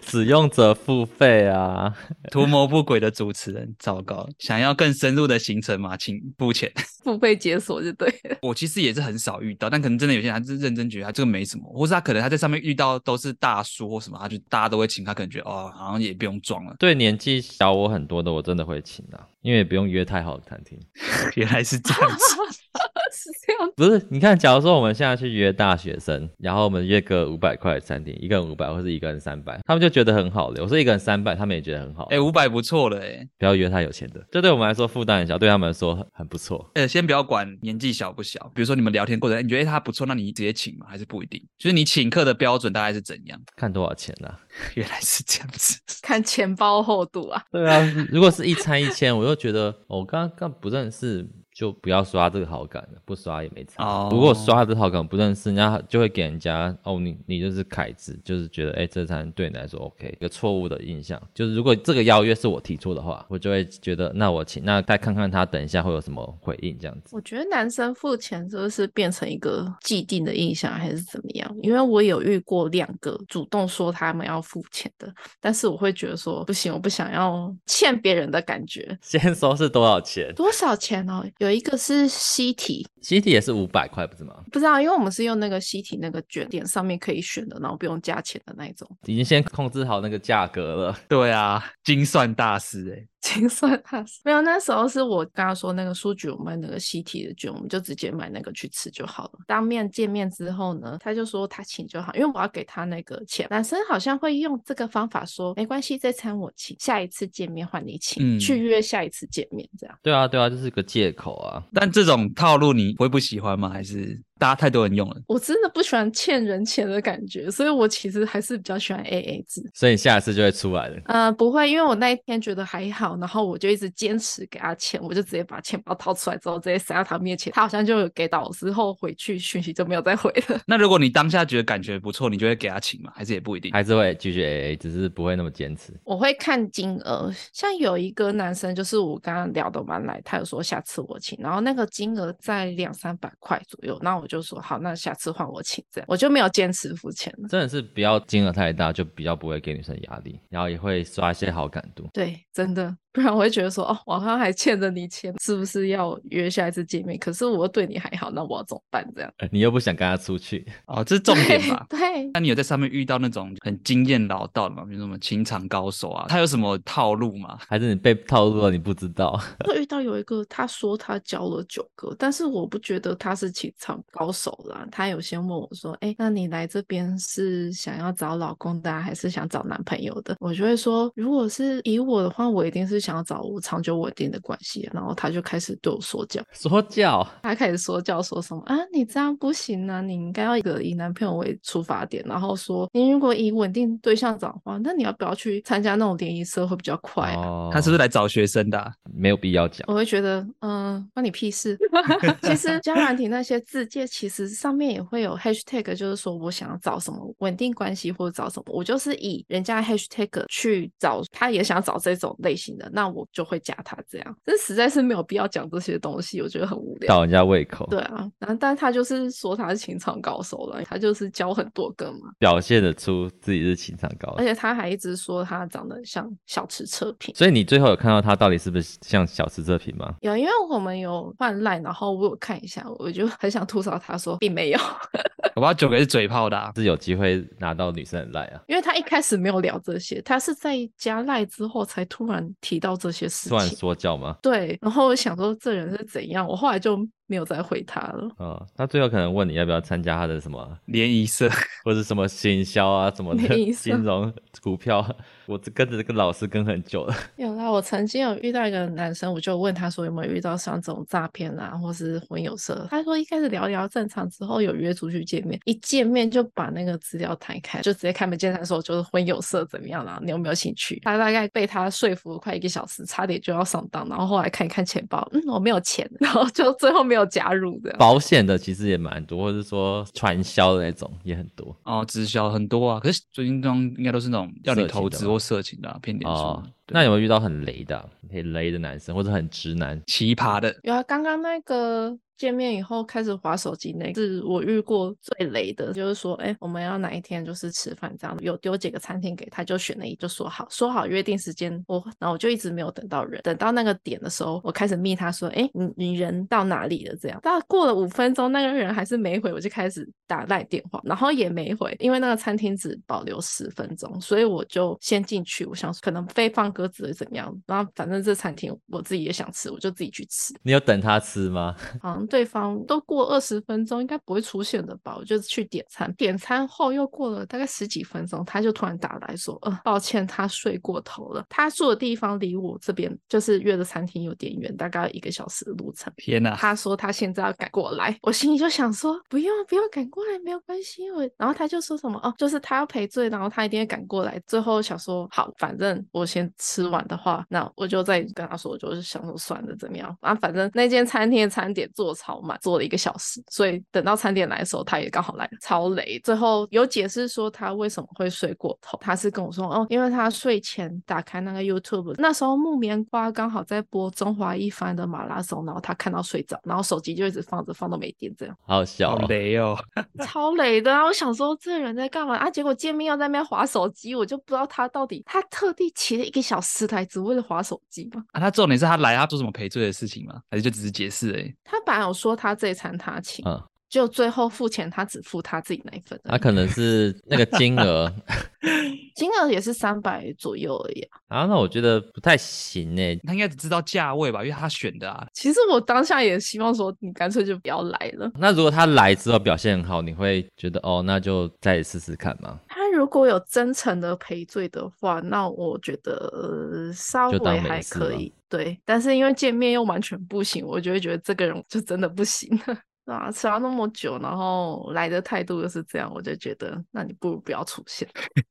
S2: 使用者付费啊，
S1: 图谋不轨的主持人，糟糕！想要更深入的行程嘛，请付钱。
S3: 付费解锁就对了。
S1: 我其实也是很少遇到，但可能真的有些人他是认真觉得他这个没什么，或是他可能他在上面遇到都是大叔或什么，他就大家都会请他，可能觉得哦，好像也不用装了。
S2: 对年纪小我很多的我真的会请啊，因为也不用约太好的餐厅。
S1: 原来是这样子。
S3: 是这样，
S2: 不是，你看，假如说我们现在去约大学生，然后我们约个五百块的餐厅，一个人五百或是一个人三百，他们就觉得很好了。我说一个人三百，他们也觉得很好。
S1: 哎、
S2: 哎、
S1: 五百不错了哎、
S2: 不要约太有钱的，这对我们来说负担很小，对他们来说很很不错。
S1: 呃，先不要管年纪小不小，比如说你们聊天过程，你觉得、哎他不错，那你直接请吗？还是不一定？就是你请客的标准大概是怎样？
S2: 看多少钱啦、啊？
S1: 原来是这样子。
S3: 看钱包厚度啊。
S2: 对啊，如果是一餐一千，我又觉得哦我刚刚不认识，就不要刷这个好感了，不刷也没差。
S1: 哦
S2: 如果刷这个好感不认识，人家就会给人家哦，你你就是凯子，就是觉得哎、这餐对你来说 OK，一个错误的印象。就是如果这个邀约是我提出的话，我就会觉得那我请，那再看看他等一下会有什么回应这样子。
S3: 我觉得男生付钱是不是变成一个既定的印象，还是怎么样？因为我有遇过两个主动说他们要付钱的，但是我会觉得说不行，我不想要欠别人的感觉。
S2: 先说是多少钱？
S3: 多少钱哦？有一个是西体，
S2: 西体也是五百块，不是吗？
S3: 不知道，因为我们是用那个西体那个卷点上面可以选的，然后不用加钱的那一种。
S2: 已经先控制好那个价格了。
S1: 对啊，精算大师哎、
S3: 精算大师没有，那时候是我刚刚说那个书局有卖那个西提的卷，我们就直接买那个去吃就好了。当面见面之后呢，他就说他请就好，因为我要给他那个钱。男生好像会用这个方法说没关系，这餐我请，下一次见面换你请，
S1: 嗯
S3: 去约下一次见面这样。
S2: 对啊，对啊，就是个借口啊。
S1: 但这种套路你会不喜欢吗？还是大家太多人用了。
S3: 我真的不喜欢欠人钱的感觉，所以我其实还是比较喜欢 AA 制。
S2: 所以你下一次就会出来了。
S3: 呃，不会，因为我那一天觉得还好，然后我就一直坚持给他钱，我就直接把钱包掏出来之后，直接塞到他面前，他好像就有给到我之后回去讯息就没有再回了。
S1: 那如果你当下觉得感觉不错，你就会给他请吗？还是也不一定？
S2: 还是会继续 AA，只是不会那么坚持。
S3: 我会看金额，像有一个男生，就是我刚刚聊得蛮来，他有说下次我请，然后那个金额在两三百块左右，那我就说好，那下次换我请，这样我就没有坚持付钱了。
S2: 真的是不要金额太大，就比较不会给女生压力，然后也会刷一些好感度。
S3: 对，真的，不然我会觉得说，哦，我好像还欠着你钱，是不是要约下一次见面？可是我又对你还好，那我要怎么办？这样？
S2: 呃你又不想跟她出去，
S1: 哦，这是重点吧
S3: 对，
S1: 那你有在上面遇到那种很经验老道的吗？比如说什么情场高手啊，他有什么套路吗？
S2: 还是你被套路了，你不知道？
S3: 我遇到有一个，他说他交了九个，但是我不觉得他是情场高手啦。他有先问我说：“哎、那你来这边是想要找老公的、啊，还是想找男朋友的？”我就会说，如果是以我的话，我一定是想要找我长久稳定的关系。啊然后他就开始对我说教，
S2: 说教，
S3: 他开始说教说什么啊，你这样不行啊，你应该要一个以男朋友为出发点，然后说你如果以稳定对象找的话，那你要不要去参加那种联谊社会比较快啊？
S2: 哦
S1: 哎他是不是来找学生的啊、
S2: 没有必要讲？
S3: 我会觉得，嗯，关你屁事。 其实交友软体那些字界，其实上面也会有 hashtag，就是说我想要找什么稳定关系或者找什么，我就是以人家 hashtag 去找，他也想找这种类型的，那我就会加他这样。这实在是没有必要讲这些东西，我觉得很无聊。
S2: 吊人家胃口，
S3: 对啊，然后但他就是说他是情场高手了，他就是教很多个嘛，
S2: 表现得出自己是情商高
S3: 而。且他还一直说他长得很像小池车平。
S2: 所以你最后有看到他到底是不是像小吃这瓶吗？
S3: 有，因为我们有换赖，然后我有看一下，我就很想吐槽他说并没有，
S1: 我怕九个是嘴炮的、啊，
S2: 是有机会拿到女生的赖啊？
S3: 因为他一开始没有聊这些，他是在加赖之后才突然提到这些事
S2: 突然
S3: 情。
S2: 说教吗？
S3: 对，然后我想说这人是怎样，我后来就没有再回他了。
S2: 啊、他最后可能问你要不要参加他的什么，
S1: 联谊社
S2: 或者什么行销啊什么的
S3: 没意，思
S2: 金融股票。我这跟着这个老师跟很久了，
S3: 有啦，我曾经有遇到一个男生，我就问他说有没有遇到像这种诈骗啦，或是婚友社。他说一开始聊一聊正常，之后有约出去见面，一见面就把那个资料摊开，就直接开门见山说就是婚友社怎么样啦，你有没有兴趣？他大概被他说服了快一个小时，差点就要上当。然后后来看一看钱包，嗯，我没有钱，然后就最后没有加入的。
S2: 保险的其实也蛮多，或者说传销的那种也很多。
S1: 哦，直销很多啊。可是最近中应该都是那种要你投资或色情的、啊，骗点数啊。，
S2: 哦
S1: 对
S2: 那有没有遇到很雷的啊、很雷的男生，或者很直男？
S1: 奇葩的，
S3: 有啊，刚刚那个见面以后开始划手机那个，是我遇过最雷的，就是说，哎、我们要哪一天就是吃饭这样，有丢几个餐厅给他，就选了一，就说好，说好约定时间，我然后我就一直没有等到人，等到那个点的时候，我开始密他说，哎、你你人到哪里了？这样，但过了五分钟，那个人还是没回，我就开始打赖电话，然后也没回，因为那个餐厅只保留十分钟，所以我就先进去，我想说可能被放鸽子了怎么样，然后反正这餐厅我自己也想吃，我就自己去吃。
S2: 你有等他吃吗？
S3: 好像对方都过二十分钟，应该不会出现的吧？我就去点餐，点餐后又过了大概十几分钟，他就突然打来说：“呃，抱歉，他睡过头了。他住的地方离我这边就是约的餐厅有点远，大概一个小时的路程。”
S1: 天哪、
S3: 他说他现在要赶过来，我心里就想说不用不用赶过来，没有关系。我然后他就说什么哦，就是他要赔罪，然后他一定会赶过来。最后想说好，反正我先吃完的话，那我就再跟他说，我就是想说算了怎么样啊，反正那间餐厅的餐点做超满，做了一个小时，所以等到餐点来的时候，他也刚好来了，超雷。最后有解释说他为什么会睡过头，他是跟我说哦，因为他睡前打开那个 YouTube，那时候木棉花刚好在播中华一番的马拉松，然后他看到睡着，然后手机就一直放着，放到没电，这样
S2: 好好笑、
S1: 好
S2: 哦，
S1: 雷哦！
S3: 超雷的啊。然后我想说这人在干嘛啊？结果见面又在那边划手机，我就不知道他到底他特地骑了一个小时来只为了划手机吗？
S1: 啊，他重点是他来，他做什么赔罪的事情吗？还是就只是解释而已？
S3: 他本来有说他这一餐他请，
S2: 嗯，啊
S3: 就最后付钱他只付他自己那一份而已，
S2: 他可能是那个金额
S3: 金额也是三百左右而已啊、
S2: 啊，那我觉得不太行欸诶、
S1: 他应该只知道价位吧，因为他选的啊。
S3: 其实我当下也希望说你干脆就不要来了。
S2: 那如果他来之后表现很好，你会觉得哦，那就再试试看嘛，
S3: 他如果有真诚的赔罪的话，那我觉得、呃、稍
S2: 就当
S3: 微
S2: 没
S3: 还
S2: 事
S3: 可
S2: 吗
S3: 以。对，但是因为见面又完全不行，我就会觉得这个人就真的不行了。 对啊，迟到那么久，然后来的态度又是这样，我就觉得，那你不如不要出现。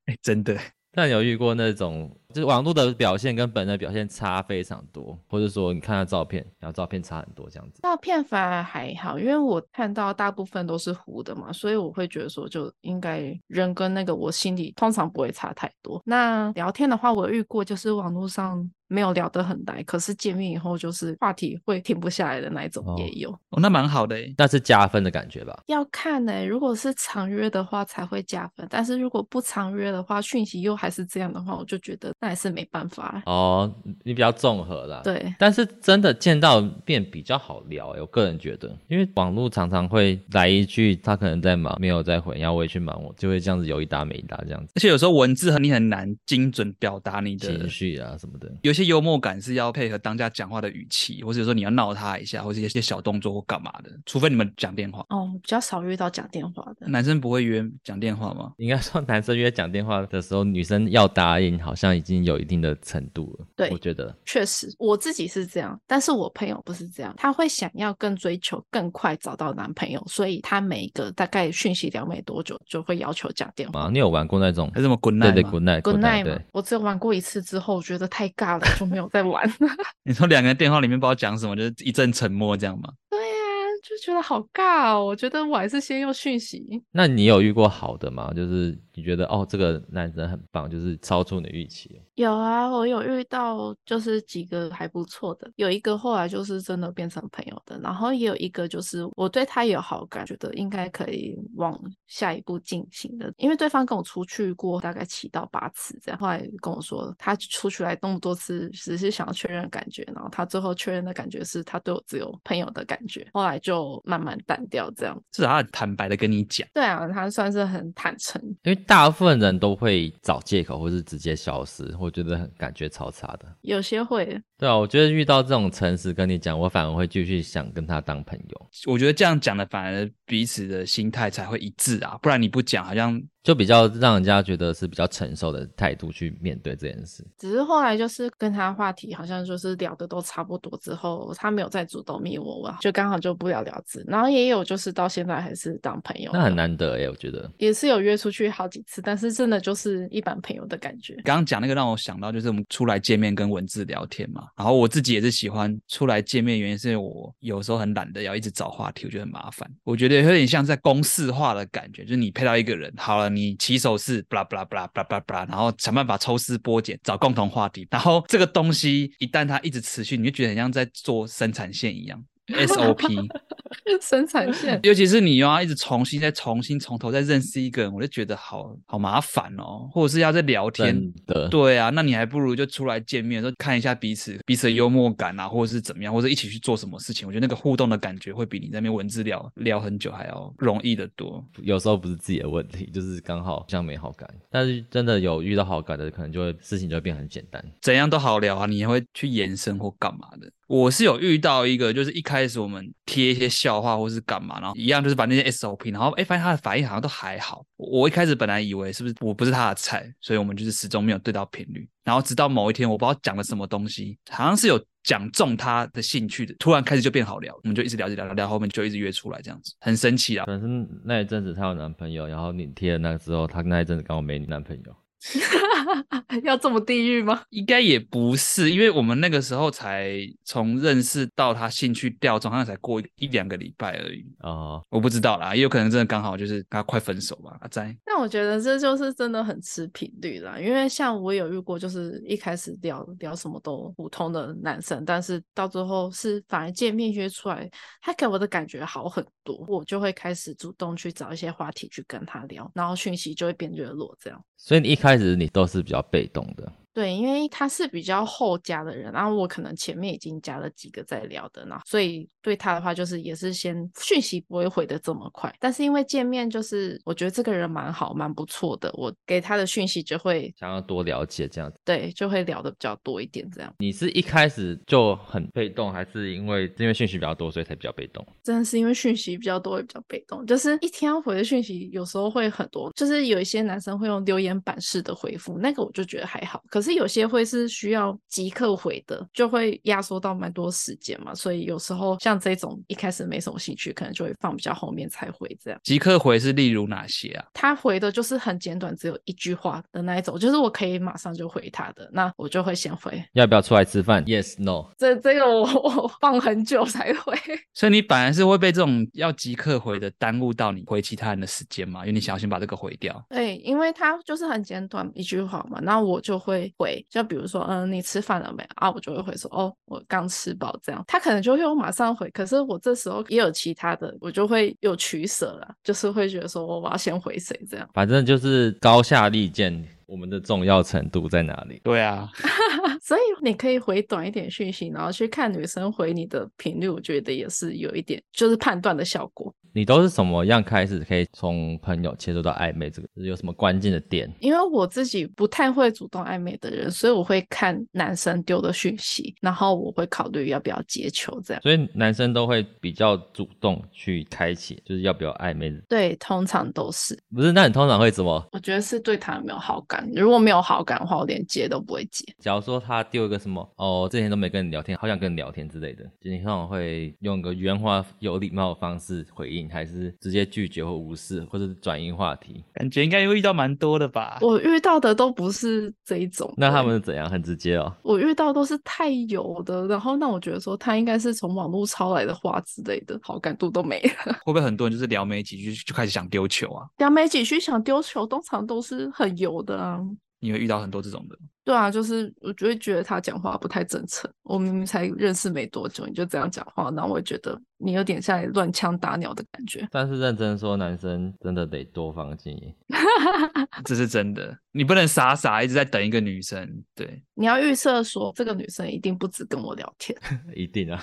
S1: 哎、真的，
S2: 但有遇过那种，就是网络的表现跟本人的表现差非常多，或者说你看他照片，然后照片差很多这样子。
S3: 照片反而还好，因为我看到大部分都是糊的嘛，所以我会觉得说，就应该人跟那个我心里通常不会差太多。那聊天的话，我有遇过就是网络上没有聊得很来，可是见面以后就是话题会停不下来的那一种
S2: 哦
S3: 也有。
S1: 哦，那蛮好的哎。
S2: 那是加分的感觉吧？
S3: 要看呢、如果是常约的话才会加分，但是如果不常约的话，讯息又还是这样的话，我就觉得那也是没办法了。
S2: 哦，你比较综合啦。。
S3: 对，
S2: 但是真的见到面比较好聊、欸，我个人觉得，因为网络常常会来一句他可能在忙，没有在回，然后我也去忙，我就会这样子有一搭没一搭这样子，
S1: 而且有时候文字很你很难精准表达你的
S2: 情绪啊什么的。
S1: 有一些幽默感是要配合当家讲话的语气，或者说你要闹他一下，或者一些小动作或干嘛的。除非你们讲电话，
S3: 哦，比较少遇到讲电话的。
S1: 男生不会约讲电话吗？
S2: 应该说，男生约讲电话的时候，女生要答应，好像已经有一定的程度了。
S3: 对
S2: 我觉得
S3: 确实，我自己是这样，但是我朋友不是这样，他会想要更追求、更快找到男朋友，所以他每一个大概讯息聊没多久就会要求讲电话。
S2: 啊，你有玩过那种
S1: 还？是什么滚
S2: 对
S1: 奶？
S2: 对，good night，good
S3: Good night 嘛
S2: 对，，
S3: 我只有玩过一次之后，我觉得太尬了， 就没有再玩。
S1: 你说两个人电话里面不知道讲什么，就是一阵沉默这样吗？
S3: 对呀、就觉得好尬哦。我觉得我还是先用讯息。
S2: 那你有遇过好的吗？就是你觉得哦，这个男生很棒，就是超出你的预期。
S3: 有啊，我有遇到就是几个还不错的，有一个后来就是真的变成朋友的，然后也有一个就是我对他有好感，觉得应该可以往下一步进行的，因为对方跟我出去过大概七到八次这样，后来跟我说他出去来那么多次，只是想要确认感觉，然后他最后确认的感觉是他对我只有朋友的感觉，后来就慢慢淡掉这样。
S1: 至少他很坦白的跟你讲，
S3: 对啊，他算是很坦诚，
S2: 因为大部分人都会找借口，或是直接消失，我觉得很感觉超差的。
S3: 有些会
S2: 对啊，我觉得遇到这种诚实跟你讲，我反而会继续想跟他当朋友，
S1: 我觉得这样讲的反而彼此的心态才会一致啊，不然你不讲好像
S2: 就比较让人家觉得是比较成熟的态度去面对这件事。
S3: 只是后来就是跟他话题好像就是聊的都差不多之后，他没有再主动密我，我就刚好就不了了之。然后也有就是到现在还是当朋友，
S2: 那很，难得耶、欸我觉得。
S3: 也是有约出去好几次，但是真的就是一般朋友的感觉。
S1: 刚刚讲那个让我想到，就是我们出来见面跟文字聊天嘛。然后我自己也是喜欢出来见面，原因是因为我有时候很懒得要一直找话题，我觉得很麻烦。我觉得有点像在公式化的感觉，就是你配到一个人，好了，你起手式，巴拉巴拉巴拉巴拉巴拉巴拉，然后想办法抽丝剥茧，找共同话题。然后这个东西一旦它一直持续，你就觉得很像在做生产线一样 SOP。
S3: 生产 线
S1: 尤其是你又要一直重新再重新从头再认识一个人，我就觉得好好麻烦哦，或者是要在聊天。
S2: 真的，
S1: 对啊，那你还不如就出来见面的时候看一下彼此彼此的幽默感啊，或者是怎么样，或者一起去做什么事情。我觉得那个互动的感觉会比你在那边文字聊聊很久还要容易得多。
S2: 有时候不是自己的问题，就是刚好像没好感。但是真的有遇到好感的，可能就会事情就会变很简单。
S1: 怎样都好聊啊，你也会去延伸或干嘛的。我是有遇到一个，就是一开始我们贴一些笑话或是干嘛，然后一样就是把那些 SOP，然后哎、诶发现他的反应好像都还好。我我一开始本来以为是不是我不是他的菜，所以我们就是始终没有对到频率。然后直到某一天，我不知道讲了什么东西，好像是有讲中他的兴趣的，突然开始就变好聊，我们就一直聊，一直聊，聊聊后面就一直约出来这样子，很神奇啊
S2: 可。能是那一阵子她有男朋友，然后你贴了那之后，她那一阵子刚好没男朋友。
S3: 要这么地狱吗？
S1: 应该也不是，因为我们那个时候才从认识到他兴趣掉中，好像才过一一两个礼拜而已。
S2: 哦，
S1: 我不知道啦，也有可能真的刚好就是他快分手吧，阿斋。
S3: 但我觉得这就是真的很吃频率啦，因为像我有遇过，就是一开始聊聊什么都普通的男生，但是到最后是反而见面约出来，他给我的感觉好很多，我就会开始主动去找一些话题去跟他聊，然后讯息就会变热络这样。
S2: 所以你一开始你都是比较被动的，
S3: 对，因为他是比较后加的人，然后我可能前面已经加了几个在聊的，然后所以对他的话就是也是先讯息不会回的这么快，但是因为见面就是我觉得这个人蛮好蛮不错的，我给他的讯息就会
S2: 想要多了解这样子。
S3: 对就会聊的比较多一点，这样
S2: 你是一开始就很被动，还是因为因为讯息比较多，所以才比较被动？
S3: 真的是因为讯息比较多也比较被动，就是一天要回的讯息有时候会很多，就是有一些男生会用留言板式的回复，那个我就觉得还好，可是有些会是需要即刻回的，就会压缩到蛮多时间嘛，所以有时候像这种一开始没什么兴趣，可能就会放比较后面才回这样。
S1: 即刻回是例如哪些啊？
S3: 他回的就是很简短，只有一句话的那一种，就是我可以马上就回他的，那我就会先回。
S2: 要不要出来吃饭？Yes No，
S3: 这这个我 我放很久才回，
S1: 所以你反而是会被这种要即刻回的耽误到你回其他人的时间嘛，因为你想要先把这个回掉。
S3: 对，因为他就是很简短一句话嘛，那我就会回，就比如说，嗯，你吃饭了没啊？我就会回说，哦，我刚吃饱这样。他可能就会我马上回，可是我这时候也有其他的，我就会有取舍啦，就是会觉得说我我要先回谁这样。
S2: 反正就是高下立见，我们的重要程度在哪里？
S1: 对啊，
S3: 所以你可以回短一点讯息，然后去看女生回你的频率，我觉得也是有一点就是判断的效果。
S2: 你都是什么样开始可以从朋友切入到暧昧？这个有什么关键的点？
S3: 因为我自己不太会主动暧昧的人，所以我会看男生丢的讯息，然后我会考虑要不要接球这样。
S2: 所以男生都会比较主动去开启，就是要不要暧昧？
S3: 对，通常都是，
S2: 不是？那你通常会怎么？
S3: 我觉得是对他有没有好感。如果没有好感的话，我连接都不会接。
S2: 假如说他丢一个什么哦，之前都没跟你聊天，好想跟你聊天之类的，就你通常会用一个圆滑有礼貌的方式回应，还是直接拒绝或无视，或者是转移话题？
S1: 感觉应该会遇到蛮多的吧？
S3: 我遇到的都不是这一种，
S2: 那他
S3: 对
S2: 们是怎样？很直接哦。
S3: 我遇到都是太油的，然后那我觉得说他应该是从网络抄来的话之类的，好感度都没了。
S1: 会不会很多人就是聊没几句就开始想丢球啊？
S3: 聊没几句想丢球，通常都是很油的啊。
S1: 你会遇到很多这种的，
S3: 对啊，就是我就会觉得他讲话不太真诚。我明明才认识没多久，你就这样讲话，然后我会觉得你有点像在乱枪打鸟的感觉。
S2: 但是认真说，男生真的得多方经营。
S1: 这是真的。你不能傻傻一直在等一个女生，对，
S3: 你要预设说这个女生一定不止跟我聊天，
S2: 一定啊，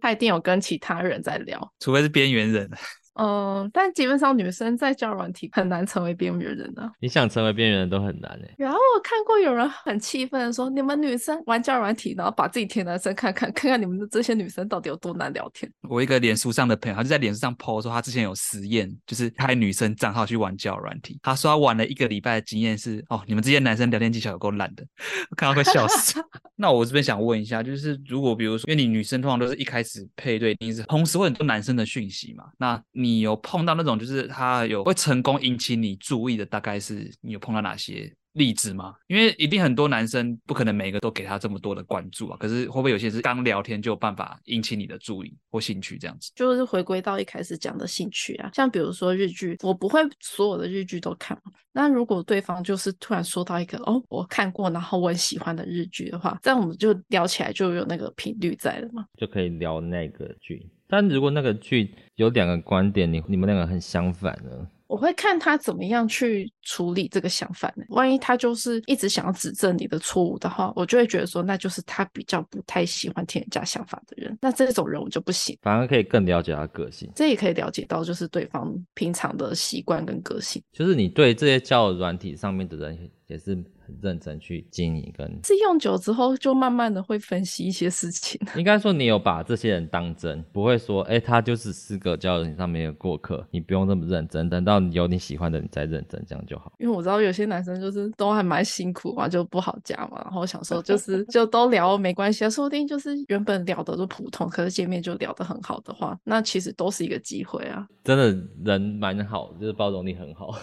S3: 她一定有跟其他人在聊。
S1: 除非是边缘人。啊
S3: 嗯，但基本上女生在交友软体很难成为边缘人啊。
S2: 你想成为边缘人都很难哎。
S3: 然后我看过有人很气愤的说：“你们女生玩交友软体，然后把自己填男生看看，看看你们的这些女生到底有多难聊天。
S1: 我一个脸书上的朋友，他就在脸书上 PO 说，他之前有实验，就是开女生账号去玩交友软体。他说他玩了一个礼拜的经验是，哦，你们这些男生聊天技巧有够烂的，我看到快笑死。那我这边想问一下，就是如果比如说，因为你女生通常都是一开始配对，一定是同时会有很多男生的讯息嘛，那你有碰到那种就是他有会成功引起你注意的，大概是你有碰到哪些？例子吗？因为一定很多男生不可能每个都给他这么多的关注啊。可是会不会有些是刚聊天就有办法引起你的注意或兴趣这样子”？
S3: 就是回归到一开始讲的兴趣啊，像比如说日剧，我不会所有的日剧都看嘛。那如果对方就是突然说到一个哦，我看过，然后我很喜欢的日剧的话，这样我们就聊起来就有那个频率在了嘛。
S2: 就可以聊那个剧。但如果那个剧有两个观点，你你们两个很相反呢？
S3: 我会看他怎么样去处理这个想法呢。万一他就是一直想要指正你的错误的话，我就会觉得说，那就是他比较不太喜欢听人家想法的人。那这种人我就不行。
S2: 反而可以更了解他个性。
S3: 这也可以了解到，就是对方平常的习惯跟个性，
S2: 就是你对这些交友软体上面的人也是很认真去经营，跟
S3: 是用久之后就慢慢的会分析一些事情。
S2: 应该说你有把这些人当真，不会说哎、诶他就只是个交友软体上面的过客，你不用那么认真，等到你有你喜欢的你再认真，这样就好。
S3: 因为我知道有些男生就是都还蛮辛苦嘛，就不好加嘛。然后我想说，就是就都聊没关系啊，说不定就是原本聊的都普通，可是见面就聊得很好的话，那其实都是一个机会啊。
S2: 真的人蛮好，就是包容力很好。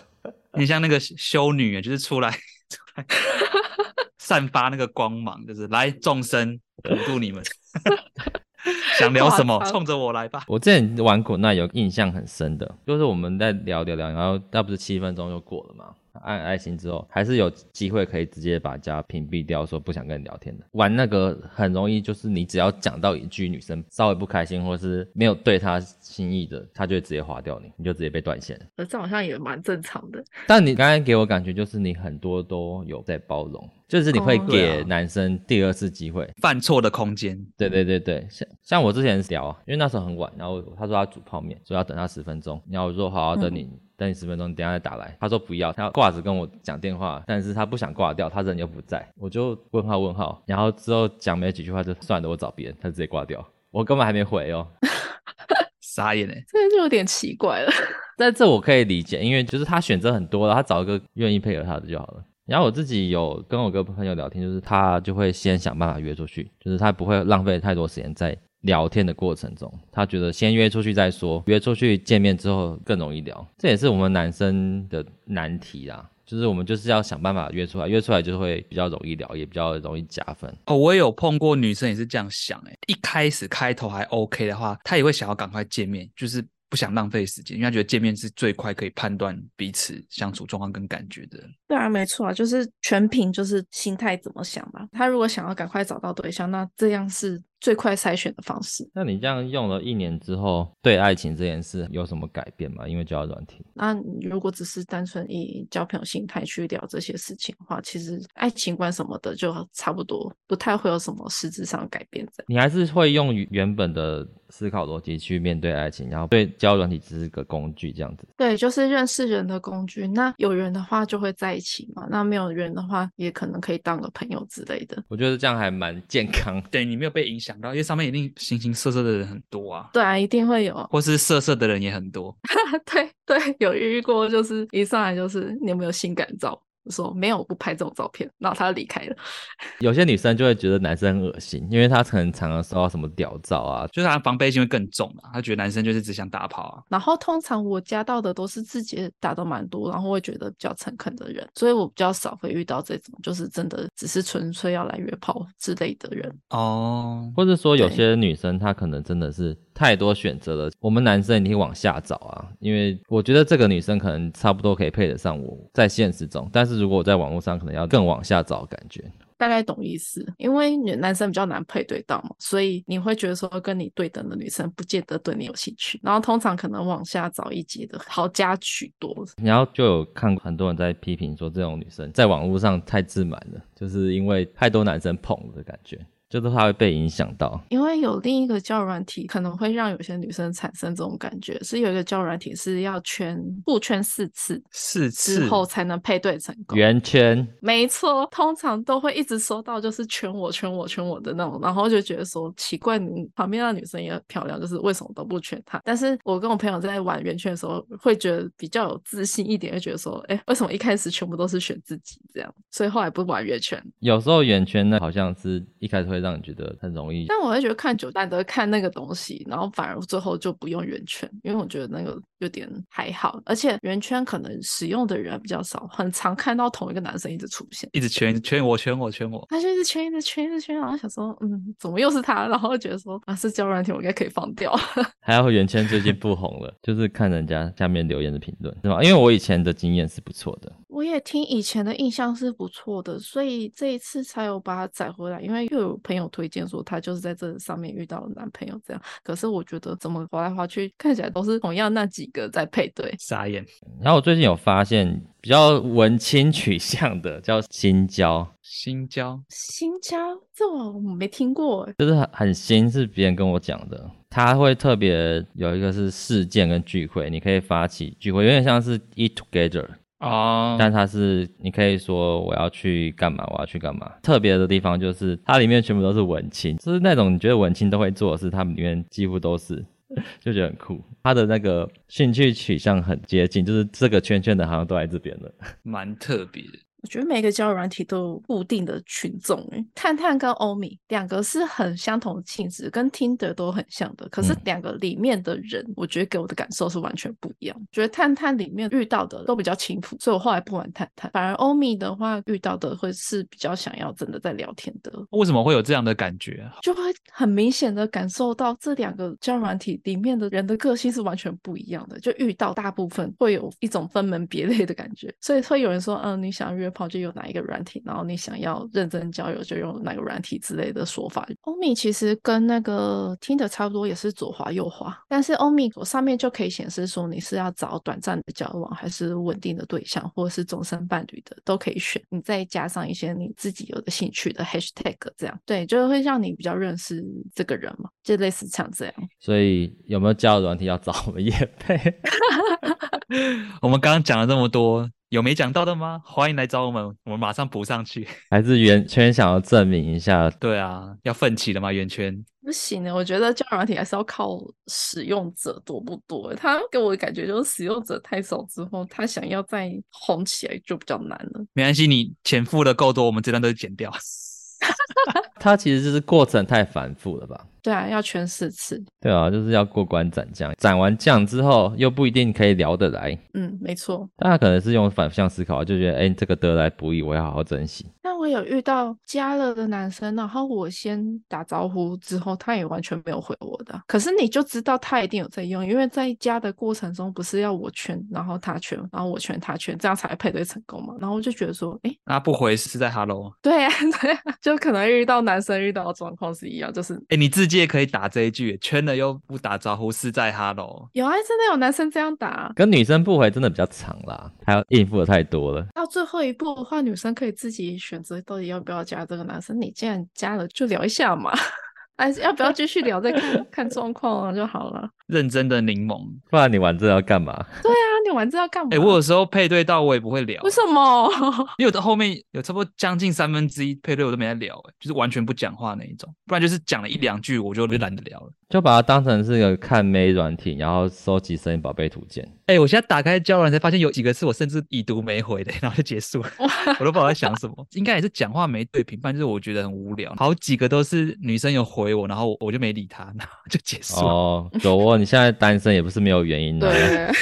S1: 你像那个修修女，啊就是出来 出来散发那个光芒，就是来众生普渡你们， 想聊什么
S3: 夸张
S1: 冲着我来吧。
S2: 我之前玩滚那有印象很深的，就是我们在聊聊聊，然后那不是七分钟就过了嘛，按爱心之后，还是有机会可以直接把家屏蔽掉，说不想跟你聊天的。玩那个很容易，就是你只要讲到一句女生稍微不开心，或是没有对她心意的，她就会直接划掉你，你就直接被 断线了。
S3: 呃，这好像也蛮正常的。
S2: 但你刚才给我感觉就是你很多都有在包容，就是你会
S3: 哦
S1: 对
S2: 给
S1: 啊
S2: 男生第二次机会，
S1: 犯错的空间，
S2: 对对对对，像像我之前聊啊，因为那时候很晚，然后他说他煮泡面，说要等他十分钟，然后我说好、啊，等你、等你十分钟，你等一下再打来。他说不要，他挂着跟我讲电话，但是他不想挂掉，他人又不在，我就问号问号，然后之后讲没几句话就算了，我找别人，他直接挂掉，我根本还没回哦。
S1: 傻眼哎！
S3: 这就有点奇怪了。
S2: 但这我可以理解，因为就是他选择很多了，他找一个愿意配合他的就好了。然后我自己有跟我个朋友聊天，就是他就会先想办法约出去，就是他不会浪费太多时间在聊天的过程中。他觉得先约出去再说，约出去见面之后更容易聊，这也是我们男生的难题啦。就是我们就是要想办法约出来，约出来就会比较容易聊，也比较容易加分。
S1: 哦，我也有碰过女生也是这样想、欸，哎，一开始开头还 OK 的话，她也会想要赶快见面，就是不想浪费时间，因为她觉得见面是最快可以判断彼此相处状况跟感觉的。
S3: 对啊，没错啊，就是全凭就是心态怎么想吧。他如果想要赶快找到对象，那这样是最快筛选的方式。
S2: 那你这样用了一年之后，对爱情这件事有什么改变吗？因为交友软体，
S3: 那你如果只是单纯以交朋友心态去聊这些事情的话，其实爱情观什么的就差不多，不太会有什么实质上的改变在。
S2: 你还是会用原本的思考逻辑去面对爱情，然后对交友软体只是个工具这样子。
S3: 对，就是认识人的工具。那有人的话就会在一起嘛，那没有人的话也可能可以当个朋友之类的。
S2: 我觉得这样还蛮健康。
S1: 对你没有被影响到，因为上面一定形形色色的人很多啊，
S3: 对啊，一定会有。
S1: 或是色色的人也很多。
S3: 对对，有遇过，就是一上来就是你有没有性感照？我说没有，我不拍这种照片，然后他就离开了。
S2: 有些女生就会觉得男生很恶心，因为她可能常常收到什么屌照啊，
S1: 就是他防备心会更重啊，他觉得男生就是只想打炮啊。
S3: 然后通常我加到的都是自己打的蛮多，然后会觉得比较诚恳的人，所以我比较少会遇到这种就是真的只是纯粹要来约炮之类的人。
S1: 哦，
S2: 或者说有
S3: 对
S2: 些女生她可能真的是太多选择了，我们男生一定往下找啊，因为我觉得这个女生可能差不多可以配得上我在现实中，但是如果我在网络上可能要更往下找，感觉
S3: 大概懂意思，因为女男生比较难配对到嘛，所以你会觉得说跟你对等的女生不见得对你有兴趣，然后通常可能往下找一级的好加许多。
S2: 然后就有看很多人在批评说这种女生在网络上太自满了，就是因为太多男生捧的感觉，就是她会被影响到。
S3: 因为有另一个交友软体，可能会让有些女生产生这种感觉，是有一个交友软体是要圈互圈四次
S1: 四
S3: 之
S1: 次
S3: 后才能配对成功。
S2: 圆圈，
S3: 没错，通常都会一直收到就是圈我圈我圈我的那种，然后就觉得说奇怪，你旁边那女生也很漂亮，就是为什么都不圈她？但是我跟我朋友在玩圆圈的时候，会觉得比较有自信一点，会觉得说，哎，为什么一开始全部都是选自己这样？所以后来不玩圆圈，
S2: 有时候圆圈呢好像是一开始会让你觉得很容易
S3: 但我会觉得看久难得看那个东西，然后反而最后就不用圆圈，因为我觉得那个有点还好，而且圆圈可能使用的人比较少，很常看到同一个男生一直出现。
S1: 一直圈圈我圈我圈我，
S3: 他就一直圈，一直圈，一直圈，然后想说，嗯，怎么又是他？然 后觉得说，啊，是交友软体，我应该可以放掉。
S2: 还有圆圈最近不红了， 就是看人家下面留言的评论，是吗？因为我以前的经验是不错的，
S3: 我也听以前的印象是不错的，所以这一次才有把它载回来，因为又有朋友推荐说她就是在这上面遇到了男朋友这样。可是我觉得怎么划来划去，看起来都是同样那几个在配对。
S1: 傻眼。
S2: 然后我最近有发现比较文青取向的叫新交，
S1: 新交
S3: 新交这我没听过欸，
S2: 就是很很新，是别人跟我讲的。他会特别有一个是事件跟聚会，你可以发起聚会，有点像是 eat together，
S1: 哦，
S2: 但它是你可以说我要去干嘛，我要去干嘛。特别的地方就是它里面全部都是文青，就是那种你觉得文青都会做的事，它们里面几乎都是， 就觉得很酷。它的那个兴趣取向很接近，就是这个圈圈的好像都来这边了。
S1: 蛮特别的。
S3: 我觉得每个交友软体都有固定的群众诶，探探跟欧米两个是很相同的性质，跟 Tinder 都很像的。可是
S2: 嗯
S3: 两个里面的人，我觉得给我的感受是完全不一样。觉得探探里面遇到的都比较轻浮，所以我后来不玩探探。反而欧米的话，遇到的会是比较想要真的在聊天的，
S1: 为什么会有这样的感觉啊？
S3: 就会很明显的感受到这两个交友软体里面的人的个性是完全不一样的，就遇到大部分会有一种分门别类的感觉，所以会有人说，嗯，你想约炮就用哪一个软体，然后你想要认真交友就用哪个软体之类的说法。欧米其实跟那个 Tinder 差不多，也是左滑右滑，但是欧米我上面就可以显示说你是要找短暂的交往，还是稳定的对象，或者是终身伴侣的都可以选。你再加上一些你自己有的兴趣的 hashtag，这样对，就会让你比较认识这个人嘛，就类似像这样。
S2: 所以有没有交友软体要找我们叶配？
S1: 我们刚刚讲了这么多，有没讲到的吗？欢迎来找我们，我们马上补上去。
S2: 还是圆圈想要证明一下？
S1: 对啊，要奋起了吗？圆圈，
S3: 不行欸的，我觉得交友软体还是要靠使用者多不多。欸他给我的感觉就是使用者太少之后，他想要再红起来就比较难了。
S1: 没关系，你钱付的够多，我们这段都剪掉。
S2: 它其实就是过程太繁复了吧？
S3: 对啊，要圈四次。
S2: 对啊，就是要过关斩将，斩完将之后又不一定可以聊得来，
S3: 嗯，没错。
S2: 大家可能是用反向思考，就觉得哎、这个得来不易，我要好好珍惜。
S3: 但我有遇到加了的男生，然后我先打招呼之后，他也完全没有回我的啊。可是你就知道他一定有在用，因为在加的过程中，不是要我圈，然后他圈，然后我圈他圈，这样才配对成功嘛。然后我就觉得说，哎，
S1: 那啊不回是在 Hello，
S3: 对啊， 对啊，就可能遇到男生遇到的状况是一样，就是
S1: 哎、你自己也可以打这一句，圈了又不打招呼是在 Hello。
S3: 有啊，真的有男生这样打啊。
S2: 跟女生不回真的比较长啦，还要应付的太多了。
S3: 到最后一步的话，女生可以自己选择到底要不要加这个男生。你既然加了，就聊一下嘛， 还是要不要继续聊，再看看状况啊就好了。
S1: 认真的柠檬，
S2: 不然你玩这要干嘛？
S3: 对啊，你玩这要干嘛？
S1: 哎、我有时嗯候配对到我也不会聊，
S3: 为什么？
S1: 因为我到后面有差不多将近三分之一配对我都没在聊、哎，就是完全不讲话那一种，不然就是讲了一两句我就懒得聊了。
S2: 就把它当成是个看妹软体，然后收集声音宝贝图鉴。
S1: 哎、我现在打开交友软才发现有几个是我甚至已读没回的，然后就结束了，我都不知道在想什么。应该也是讲话没对频，反正就是我觉得很无聊。好几个都是女生有回我，然后我我就没理她，然后就结束了。
S2: 哦，有哦，你现在单身也不是没有原因啊的。
S3: 啊对，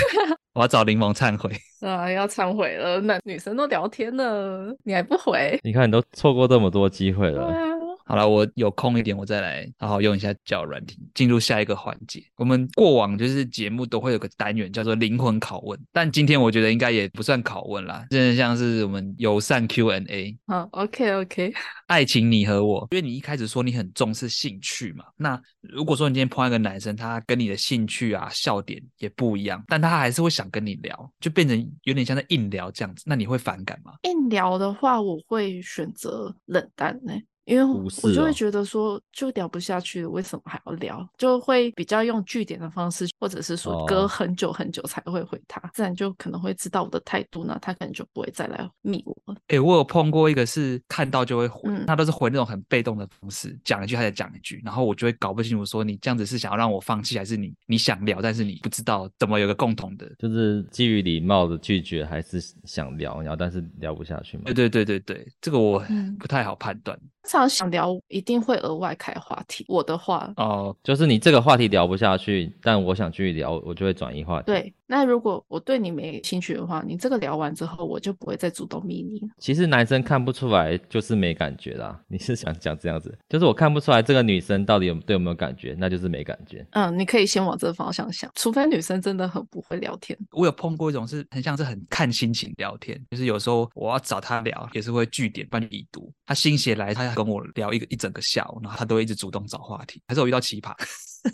S1: 我要找柠檬忏悔。
S3: 啊，要忏悔了。那女生都聊天了，你还不回？
S2: 你看你都错过这么多机会
S3: 对
S2: 了。
S3: 啊，
S1: 好了，我有空一点，我再来好好用一下交友软体，进入下一个环节。我们过往就是节目都会有个单元叫做灵魂拷问，但今天我觉得应该也不算拷问啦，真的像是我们友善 Q&A。
S3: 好，OK OK。
S1: 爱情你和我，因为你一开始说你很重视兴趣嘛，那如果说你今天碰到一个男生，他跟你的兴趣啊、笑点也不一样，但他还是会想跟你聊，就变成有点像在硬聊这样子，那你会反感吗？
S3: 硬聊的话，我会选择冷淡呢、因为
S2: 无
S3: 我
S2: 视
S3: 我就
S2: 哦
S3: 会觉得说，就聊不下去了，为什么还要聊？就会比较用据点的方式，或者是说
S2: 哦
S3: 隔很久很久才会回他，自然就可能会知道我的态度呢，他可能就不会再来密我了。
S1: 诶、我有碰过一个是看到就会回，
S3: 嗯
S1: 他都是回那种很被动的方式，讲一句他再讲一句，然后我就会搞不清楚说你这样子是想要让我放弃，还是你你想聊，但是你不知道怎么有个共同的。
S2: 就是基于礼貌的拒绝，还是想聊，然后但是聊不下去嘛
S1: 对。对对对对，这个我
S3: 嗯
S1: 不太好判断
S3: 通常想聊，一定会额外开话题。我的话，
S1: 哦。
S2: 就是你这个话题聊不下去，但我想继续聊，我就会转移话题。，
S3: 对，那如果我对你没兴趣的话，你这个聊完之后，我就不会再主动密你了。
S2: 其实男生看不出来，就是没感觉啦。你是想讲这样子，就是我看不出来这个女生到底有对我没有感觉，那就是没感觉。
S3: 嗯，你可以先往这方向想，除非女生真的很不会聊天。
S1: 我有碰过一种是很像是很看心情聊天，就是有时候我要找他聊，也是会据点帮你已读，他心血来，他跟我聊一个一整个下午，然后他都会一直主动找话题，还是我遇到奇葩。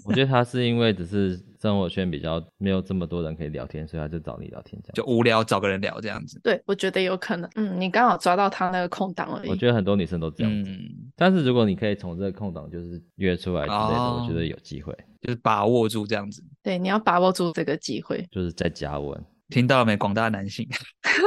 S2: 我觉得他是因为只是生活圈比较没有这么多人可以聊天，所以他就找你聊天这样。
S1: 就无聊找个人聊这样子。
S3: 对，我觉得有可能。嗯，你刚好抓到他那个空档而已。
S2: 我觉得很多女生都这样子，
S1: 嗯，
S2: 但是如果你可以从这个空档就是约出来之类的，
S1: 哦
S2: 我觉得有机会，
S1: 就是把握住这样子。
S3: 对，你要把握住这个机会。
S2: 就是再加温。
S1: 听到了没，广大男性？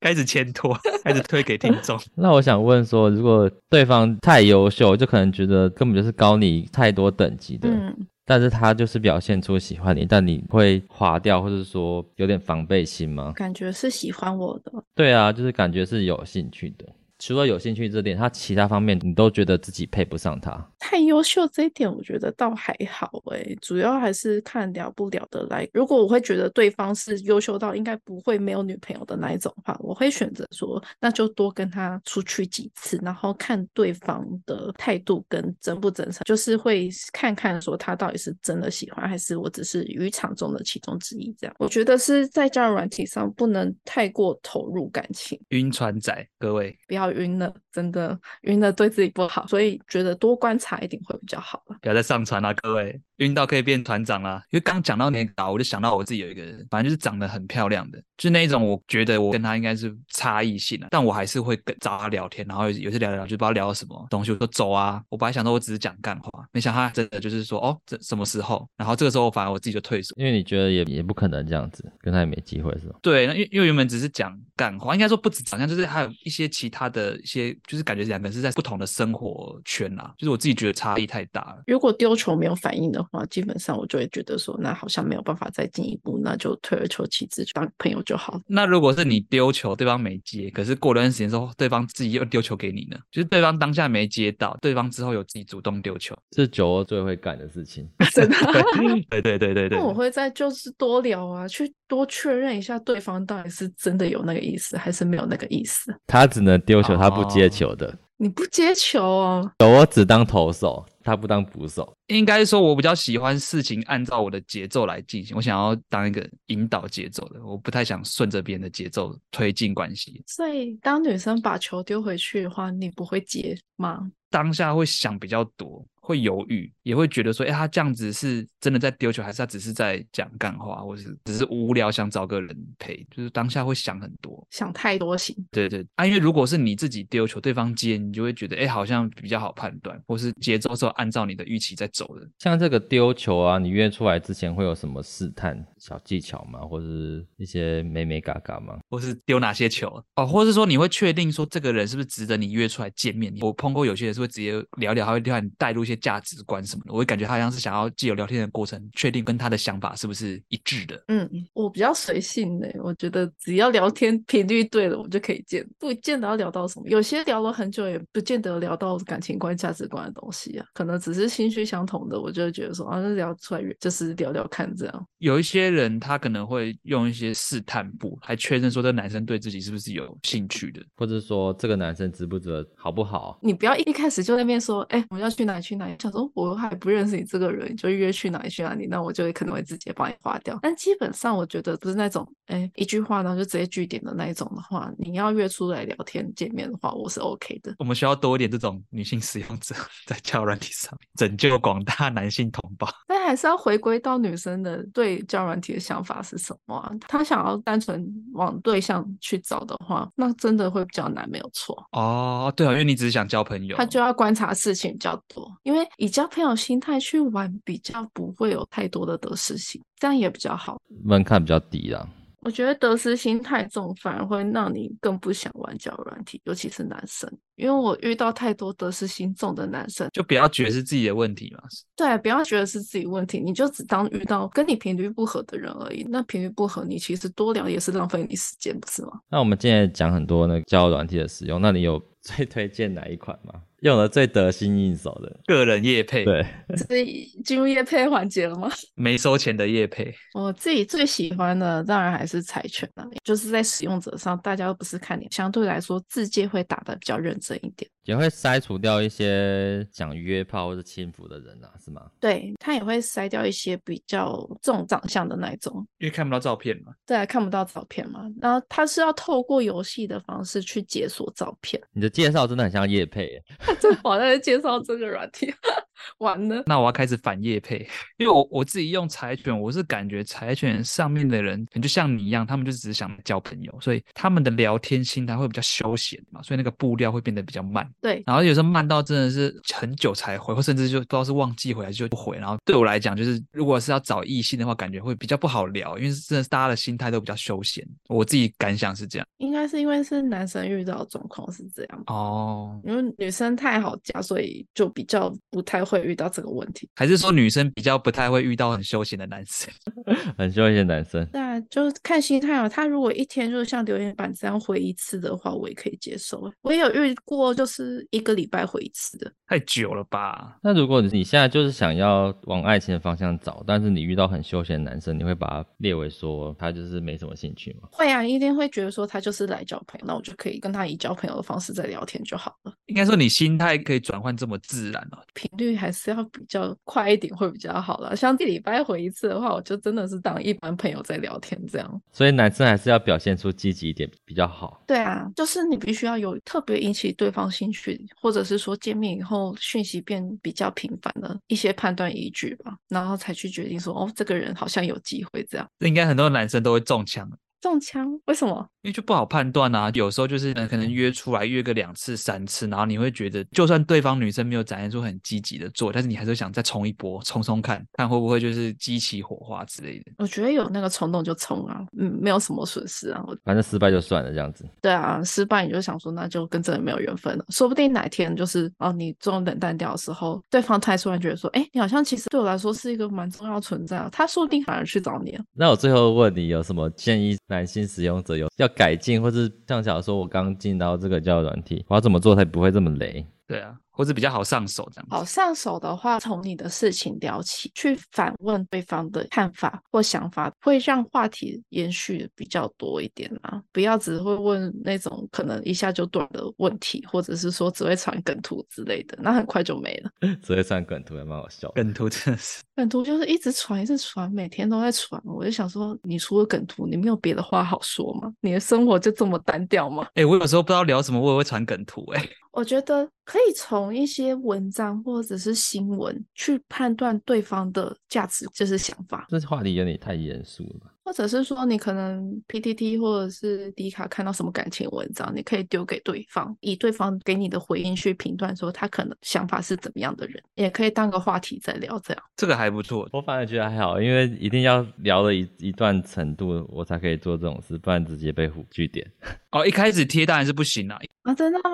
S1: 开始牵拖，开始推给听众。
S2: 那我想问说，如果对方太优秀，就可能觉得根本就是高你太多等级的，
S3: 嗯，
S2: 但是他就是表现出喜欢你，但你会划掉，或者说有点防备心吗？
S3: 感觉是喜欢我的。
S2: 对啊，就是感觉是有兴趣的。除了有兴趣这点，他其他方面你都觉得自己配不上他。
S3: 太优秀这一点，我觉得倒还好诶、主要还是看聊不聊得来。如果我会觉得对方是优秀到应该不会没有女朋友的那一种的话，我会选择说，那就多跟他出去几次，然后看对方的态度跟真不真诚，就是会看看说他到底是真的喜欢，还是我只是渔场中的其中之一这样。我觉得是在交友软体上不能太过投入感情。
S1: 晕船仔，各位，
S3: 不要晕了，真的晕了对自己不好，所以觉得多观察一点会比较好啦。
S1: 不要再上船了，各位。晕到可以变团长啦。因为刚讲到年稿，我就想到我自己有一个，反正就是长得很漂亮的，就是那一种我觉得我跟她应该是差异性的，但我还是会跟找她聊天，然后有些聊一聊就不知道聊到什么东西，我说走啊，我本来想说我只是讲干话，没想到她真的就是说哦，这什么时候？然后这个时候反而我自己就退缩。
S2: 因为你觉得也也不可能这样子，跟他也没机会是吧？
S1: 对，那因为因为原本只是讲干话，应该说不止讲，像就是还有一些其他的一些，就是感觉两个人是在不同的生活圈啦、就是我自己觉得差异太大了。
S3: 如果丢球没有反应的话，基本上我就会觉得说，那好像没有办法再进一步，那就退而求其次，当朋友就好了。
S1: 那如果是你丢球，对方没接，可是过了段时间之后，对方自己又丢球给你呢？就是对方当下没接到，对方之后有自己主动丢球。
S2: 这是酒窝最会干的事情。
S3: 真的。
S1: 对对对对对
S3: 那我会再就是多聊啊，去多确认一下对方到底是真的有那个意思，还是没有那个意思。
S2: 他只能丢球，他不接
S1: 哦
S2: 球的。
S3: 你不接球哦，
S2: 酒窝只当投手，他不当捕手。
S1: 应该说，我比较喜欢事情按照我的节奏来进行，我想要当一个引导节奏的，我不太想顺着别人的节奏推进关系。
S3: 所以当女生把球丢回去的话，你不会接吗？
S1: 当下会想比较多，会犹豫，也会觉得说，哎、他这样子是真的在丢球，还是他只是在讲干话，或是只是无聊想找个人陪？就是当下会想很多。
S3: 想太多型，
S1: 对对啊，因为如果是你自己丢球，对方接，你就会觉得，哎、好像比较好判断，或是节奏是有按照你的预期在走的。
S2: 像这个丢球啊，你约出来之前会有什么试探小技巧吗？或者是一些美美嘎嘎吗？
S1: 或是丢哪些球哦，或是说你会确定说这个人是不是值得你约出来见面？我碰过有些人是会直接聊聊，他会让你带入一些价值观什么的，我会感觉他好像是想要借由聊天的过程，确定跟他的想法是不是一致的。
S3: 嗯，我比较随性的，我觉得只要聊天频率对了，我就可以见，不见得要聊到什么。有些聊了很久，也不见得聊到感情观、价值观的东西啊，可能只是兴趣相同的，我就会觉得说啊，那聊出来就是聊聊看这样。
S1: 有一些人他可能会用一些试探步来确认说这个男生对自己是不是有兴趣的。
S2: 或者说这个男生值不值得，好不好？
S3: 你不要一开始就在那边说，哎、我们要去哪里去哪里，想说我还不认识你这个人，你就约去哪里去哪里，那我就可能会直接把你划掉。但基本上我觉得不是那种，哎、一句话然后就直接据点的那一种的话，你要约出来聊天见面的话，我是 OK 的。
S1: 我们需要多一点这种女性使用者在交友软体上面，拯救广大男性同胞。
S3: 但还是要回归到女生的对交友软体的想法是什么啊？她想要单纯往对象去找的话，那真的会比较难，没有错。
S1: 哦，对啊，因为你只是想交朋友，
S3: 她就要观察事情比较多，因为以交朋友心态去玩，比较不会有太多的得失心，这样也比较好。
S2: 门槛比较低啦。
S3: 我觉得得失心太重，反而会让你更不想玩交友软体，尤其是男生，因为我遇到太多得失心重的男生，
S1: 就不要觉得是自己的问题嘛。
S3: 对，啊不要觉得是自己问题，你就只当遇到跟你频率不合的人而已。那频率不合，你其实多聊也是浪费你时间，不是吗？
S2: 那我们今天讲很多那个交友软体的使用，那你有 最推荐哪一款吗？用的最得心应手的？
S1: 个人业配，
S2: 对，
S3: 所以进入夜配环节了吗？
S1: 没收钱的业配。
S3: 我自己最喜欢的当然还是柴犬啊，就是在使用者上，大家都不是看脸，相对来说字界会打的比较认真一点。
S2: 也会筛除掉一些想约炮或者轻浮的人啊，是吗？
S3: 对，它也会筛掉一些比较重长相的那一种，
S1: 因为看不到照片嘛。
S3: 对啊，看不到照片嘛。然后它是要透过游戏的方式去解锁照片。
S2: 你的介绍真的很像叶配耶，
S3: 这好像在介绍这个软体， 完了。
S1: 那我要开始反业配，因为我我自己用柴犬，我是感觉柴犬上面的人，可能就像你一样，他们就只是想交朋友，所以他们的聊天心态会比较休闲嘛，所以那个步调会变得比较慢，
S3: 对，
S1: 然后有时候慢到真的是很久才回，或甚至就不知道是忘记回还是就不回。然后对我来讲，就是如果是要找异性的话，感觉会比较不好聊，因为真的是大家的心态都比较休闲，我自己感想是这样。
S3: 应该是因为是男生遇到的状况是这样吧，
S1: 哦，
S3: 因为女生太好嫁，所以就比较不太会遇到这个问题。
S1: 还是说女生比较不太会遇到很休闲的男生？
S2: 很需要一些男生。
S3: 那就是看心态啊，他如果一天就是像留言板这样回一次的话，我也可以接受欸。我也有遇过，就是一个礼拜回一次的，
S1: 太久了吧？
S2: 那如果你现在就是想要往爱情的方向找，但是你遇到很休闲的男生，你会把他列为说他就是没什么兴趣吗？
S3: 会啊，一定会觉得说他就是来交朋友，那我就可以跟他以交朋友的方式再聊天就好了，
S1: 应该说你心态可以转换这么自然哦，
S3: 频率还是要比较快一点会比较好啦。像一礼拜回一次的话，我就真的是当一般朋友在聊天这样。
S2: 所以男生还是要表现出积极一点比较好。
S3: 对啊，就是你必须要有特别引起对方兴趣，或者是说见面以后讯息变比较频繁的一些判断依据吧，然后才去决定说哦，这个人好像有机会这样
S1: 这应该很多男生都会中枪，
S3: 中枪。为什么？
S1: 因为就不好判断啊。有时候就是呃可能约出来约个两次、三次，然后你会觉得，就算对方女生没有展现出很积极的做，但是你还是想再冲一波，冲冲看看会不会就是激起火花之类的。
S3: 我觉得有那个冲动就冲啊，嗯，没有什么损失啊。我
S2: 反正失败就算了，这样子。
S3: 对啊，失败你就想说那就跟这人没有缘分了，说不定哪天就是哦，你终于冷淡掉的时候，对方太突然觉得说，哎，你好像其实对我来说是一个蛮重要的存在啊，他说不定反而去找你了。
S2: 那我最后问你，有什么建议男性使用者有要改进，或是像假如说我刚进到这个交友软体，我要怎么做才不会这么雷？
S1: 对啊，或者比较好上手这样子。
S3: 好上手的话，从你的事情聊起，去反问对方的看法或想法，会让话题延续比较多一点啊。不要只会问那种可能一下就断的问题，或者是说只会传梗图之类的，那很快就没了。
S2: 只会算梗图还蛮好笑的。
S1: 梗图真的是，
S3: 梗图就是一直传，一直传，每天都在传。我就想说，你除了梗图，你没有别的话好说吗？你的生活就这么单调吗？
S1: 哎、我有时候不知道聊什么，我也会传梗图、哎，
S3: 我觉得可以从一些文章或者是新闻去判断对方的价值，就是想法，
S2: 这话题有点太严肃了吧？
S3: 或者是说你可能 PTT 或者是迪卡看到什么感情文章，你可以丢给对方，以对方给你的回应去评断说他可能想法是怎么样的人，也可以当个话题在聊这样。
S1: 这个还不错。
S2: 我反而觉得还好，因为一定要聊了一一段程度，我才可以做这种事，不然直接被互据点。
S1: 哦，一开始贴当然是不行啦、
S3: 啊，真的吗？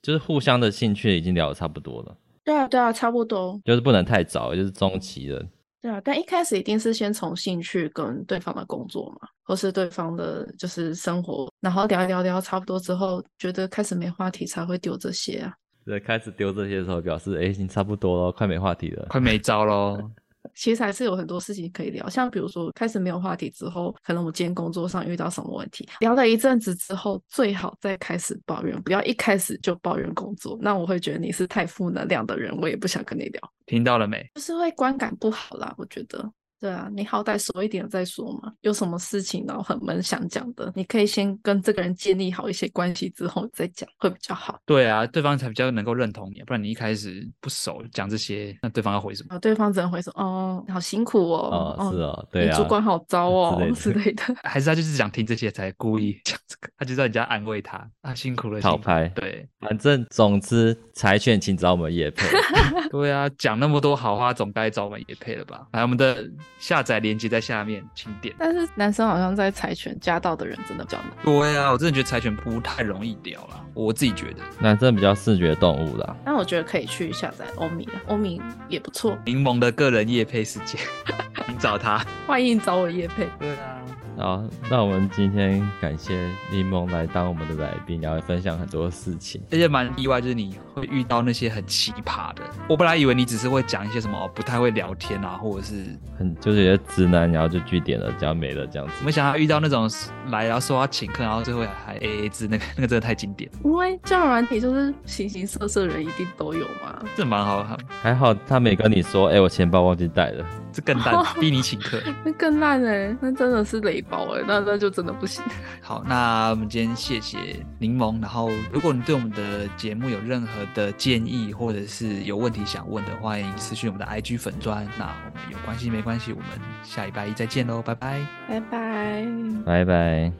S2: 就是互相的兴趣已经聊得差不多了，
S3: 对啊，对啊，差不多。
S2: 就是不能太早，就是中期的。
S3: 对啊，但一开始一定是先从兴趣跟对方的工作嘛，或是对方的就是生活，然后聊一聊聊差不多之后，觉得开始没话题才会丢这些啊。
S2: 对，开始丢这些的时候，表示哎、诶已经差不多了，快没话题了。
S1: 快没招喽。
S3: 其实还是有很多事情可以聊，像比如说开始没有话题之后，可能我今天工作上遇到什么问题，聊了一阵子之后，最好再开始抱怨，不要一开始就抱怨工作，那我会觉得你是太负能量的人，我也不想跟你聊，
S1: 听到了没？
S3: 就是会观感不好啦。我觉得，对啊，你好歹说一点再说嘛，有什么事情然后很闷想讲的，你可以先跟这个人建立好一些关系之后再讲，会比较好。
S1: 对啊，对方才比较能够认同你，不然你一开始不熟讲这些，那对方要回什么？
S3: 然后对方只能会说，哦，你好辛苦哦，
S2: 哦，是
S3: 哦，
S2: 哦，对
S3: 你
S2: 啊。
S3: 主管好糟哦
S2: 之
S3: 之
S2: 类
S3: 类的。
S1: 还是他就是想听这些才故意讲这个？他就让人家安慰他，啊，辛苦了，
S2: 讨
S1: 辛苦了
S2: 拍
S1: 对
S2: 反正总之，柴犬请找我们叶配。
S1: 对啊，讲那么多好话，总该找我们也配了吧？来，我们的下载链接在下面，请点。
S3: 但是男生好像在柴犬家道的人真的比较难。
S1: 对啊，我真的觉得柴犬不太容易聊啦，我自己觉得。
S2: 男生比较视觉动物啦，
S3: 但我觉得可以去下载欧米的，欧米也不错，
S1: 柠檬的个人夜配时间， 你找他。
S3: 欢迎找我叶配。
S1: 对啊，
S2: 好，那我们今天感谢柠檬来当我们的来宾，然后分享很多事情。
S1: 而且蛮意外，就是你会遇到那些很奇葩的。我本来以为你只是会讲一些什么哦不太会聊天啊，或者是
S2: 很就是有些直男，然后就据点了，讲没了这样子。
S1: 没想到遇到那种来然后说要请客，然后最后还 A A 制，那个那个真的太经典了，
S3: 因为交友软体就是形形色色的人一定都有嘛。
S1: 这蛮好，
S2: 还好他没跟你说，哎、我钱包忘记带了。
S1: 这更蛋逼你请客。
S3: 那更烂哎、那真的是雷包哎、那那就真的不行。
S1: 好，那我们今天谢谢柠檬。然后，如果你对我们的节目有任何的建议，或者是有问题想问的，欢迎私讯我们的 IG 粉砖。那我们有关系没关系，我们下礼拜一再见喽，拜拜。
S3: 拜拜。
S2: 拜拜。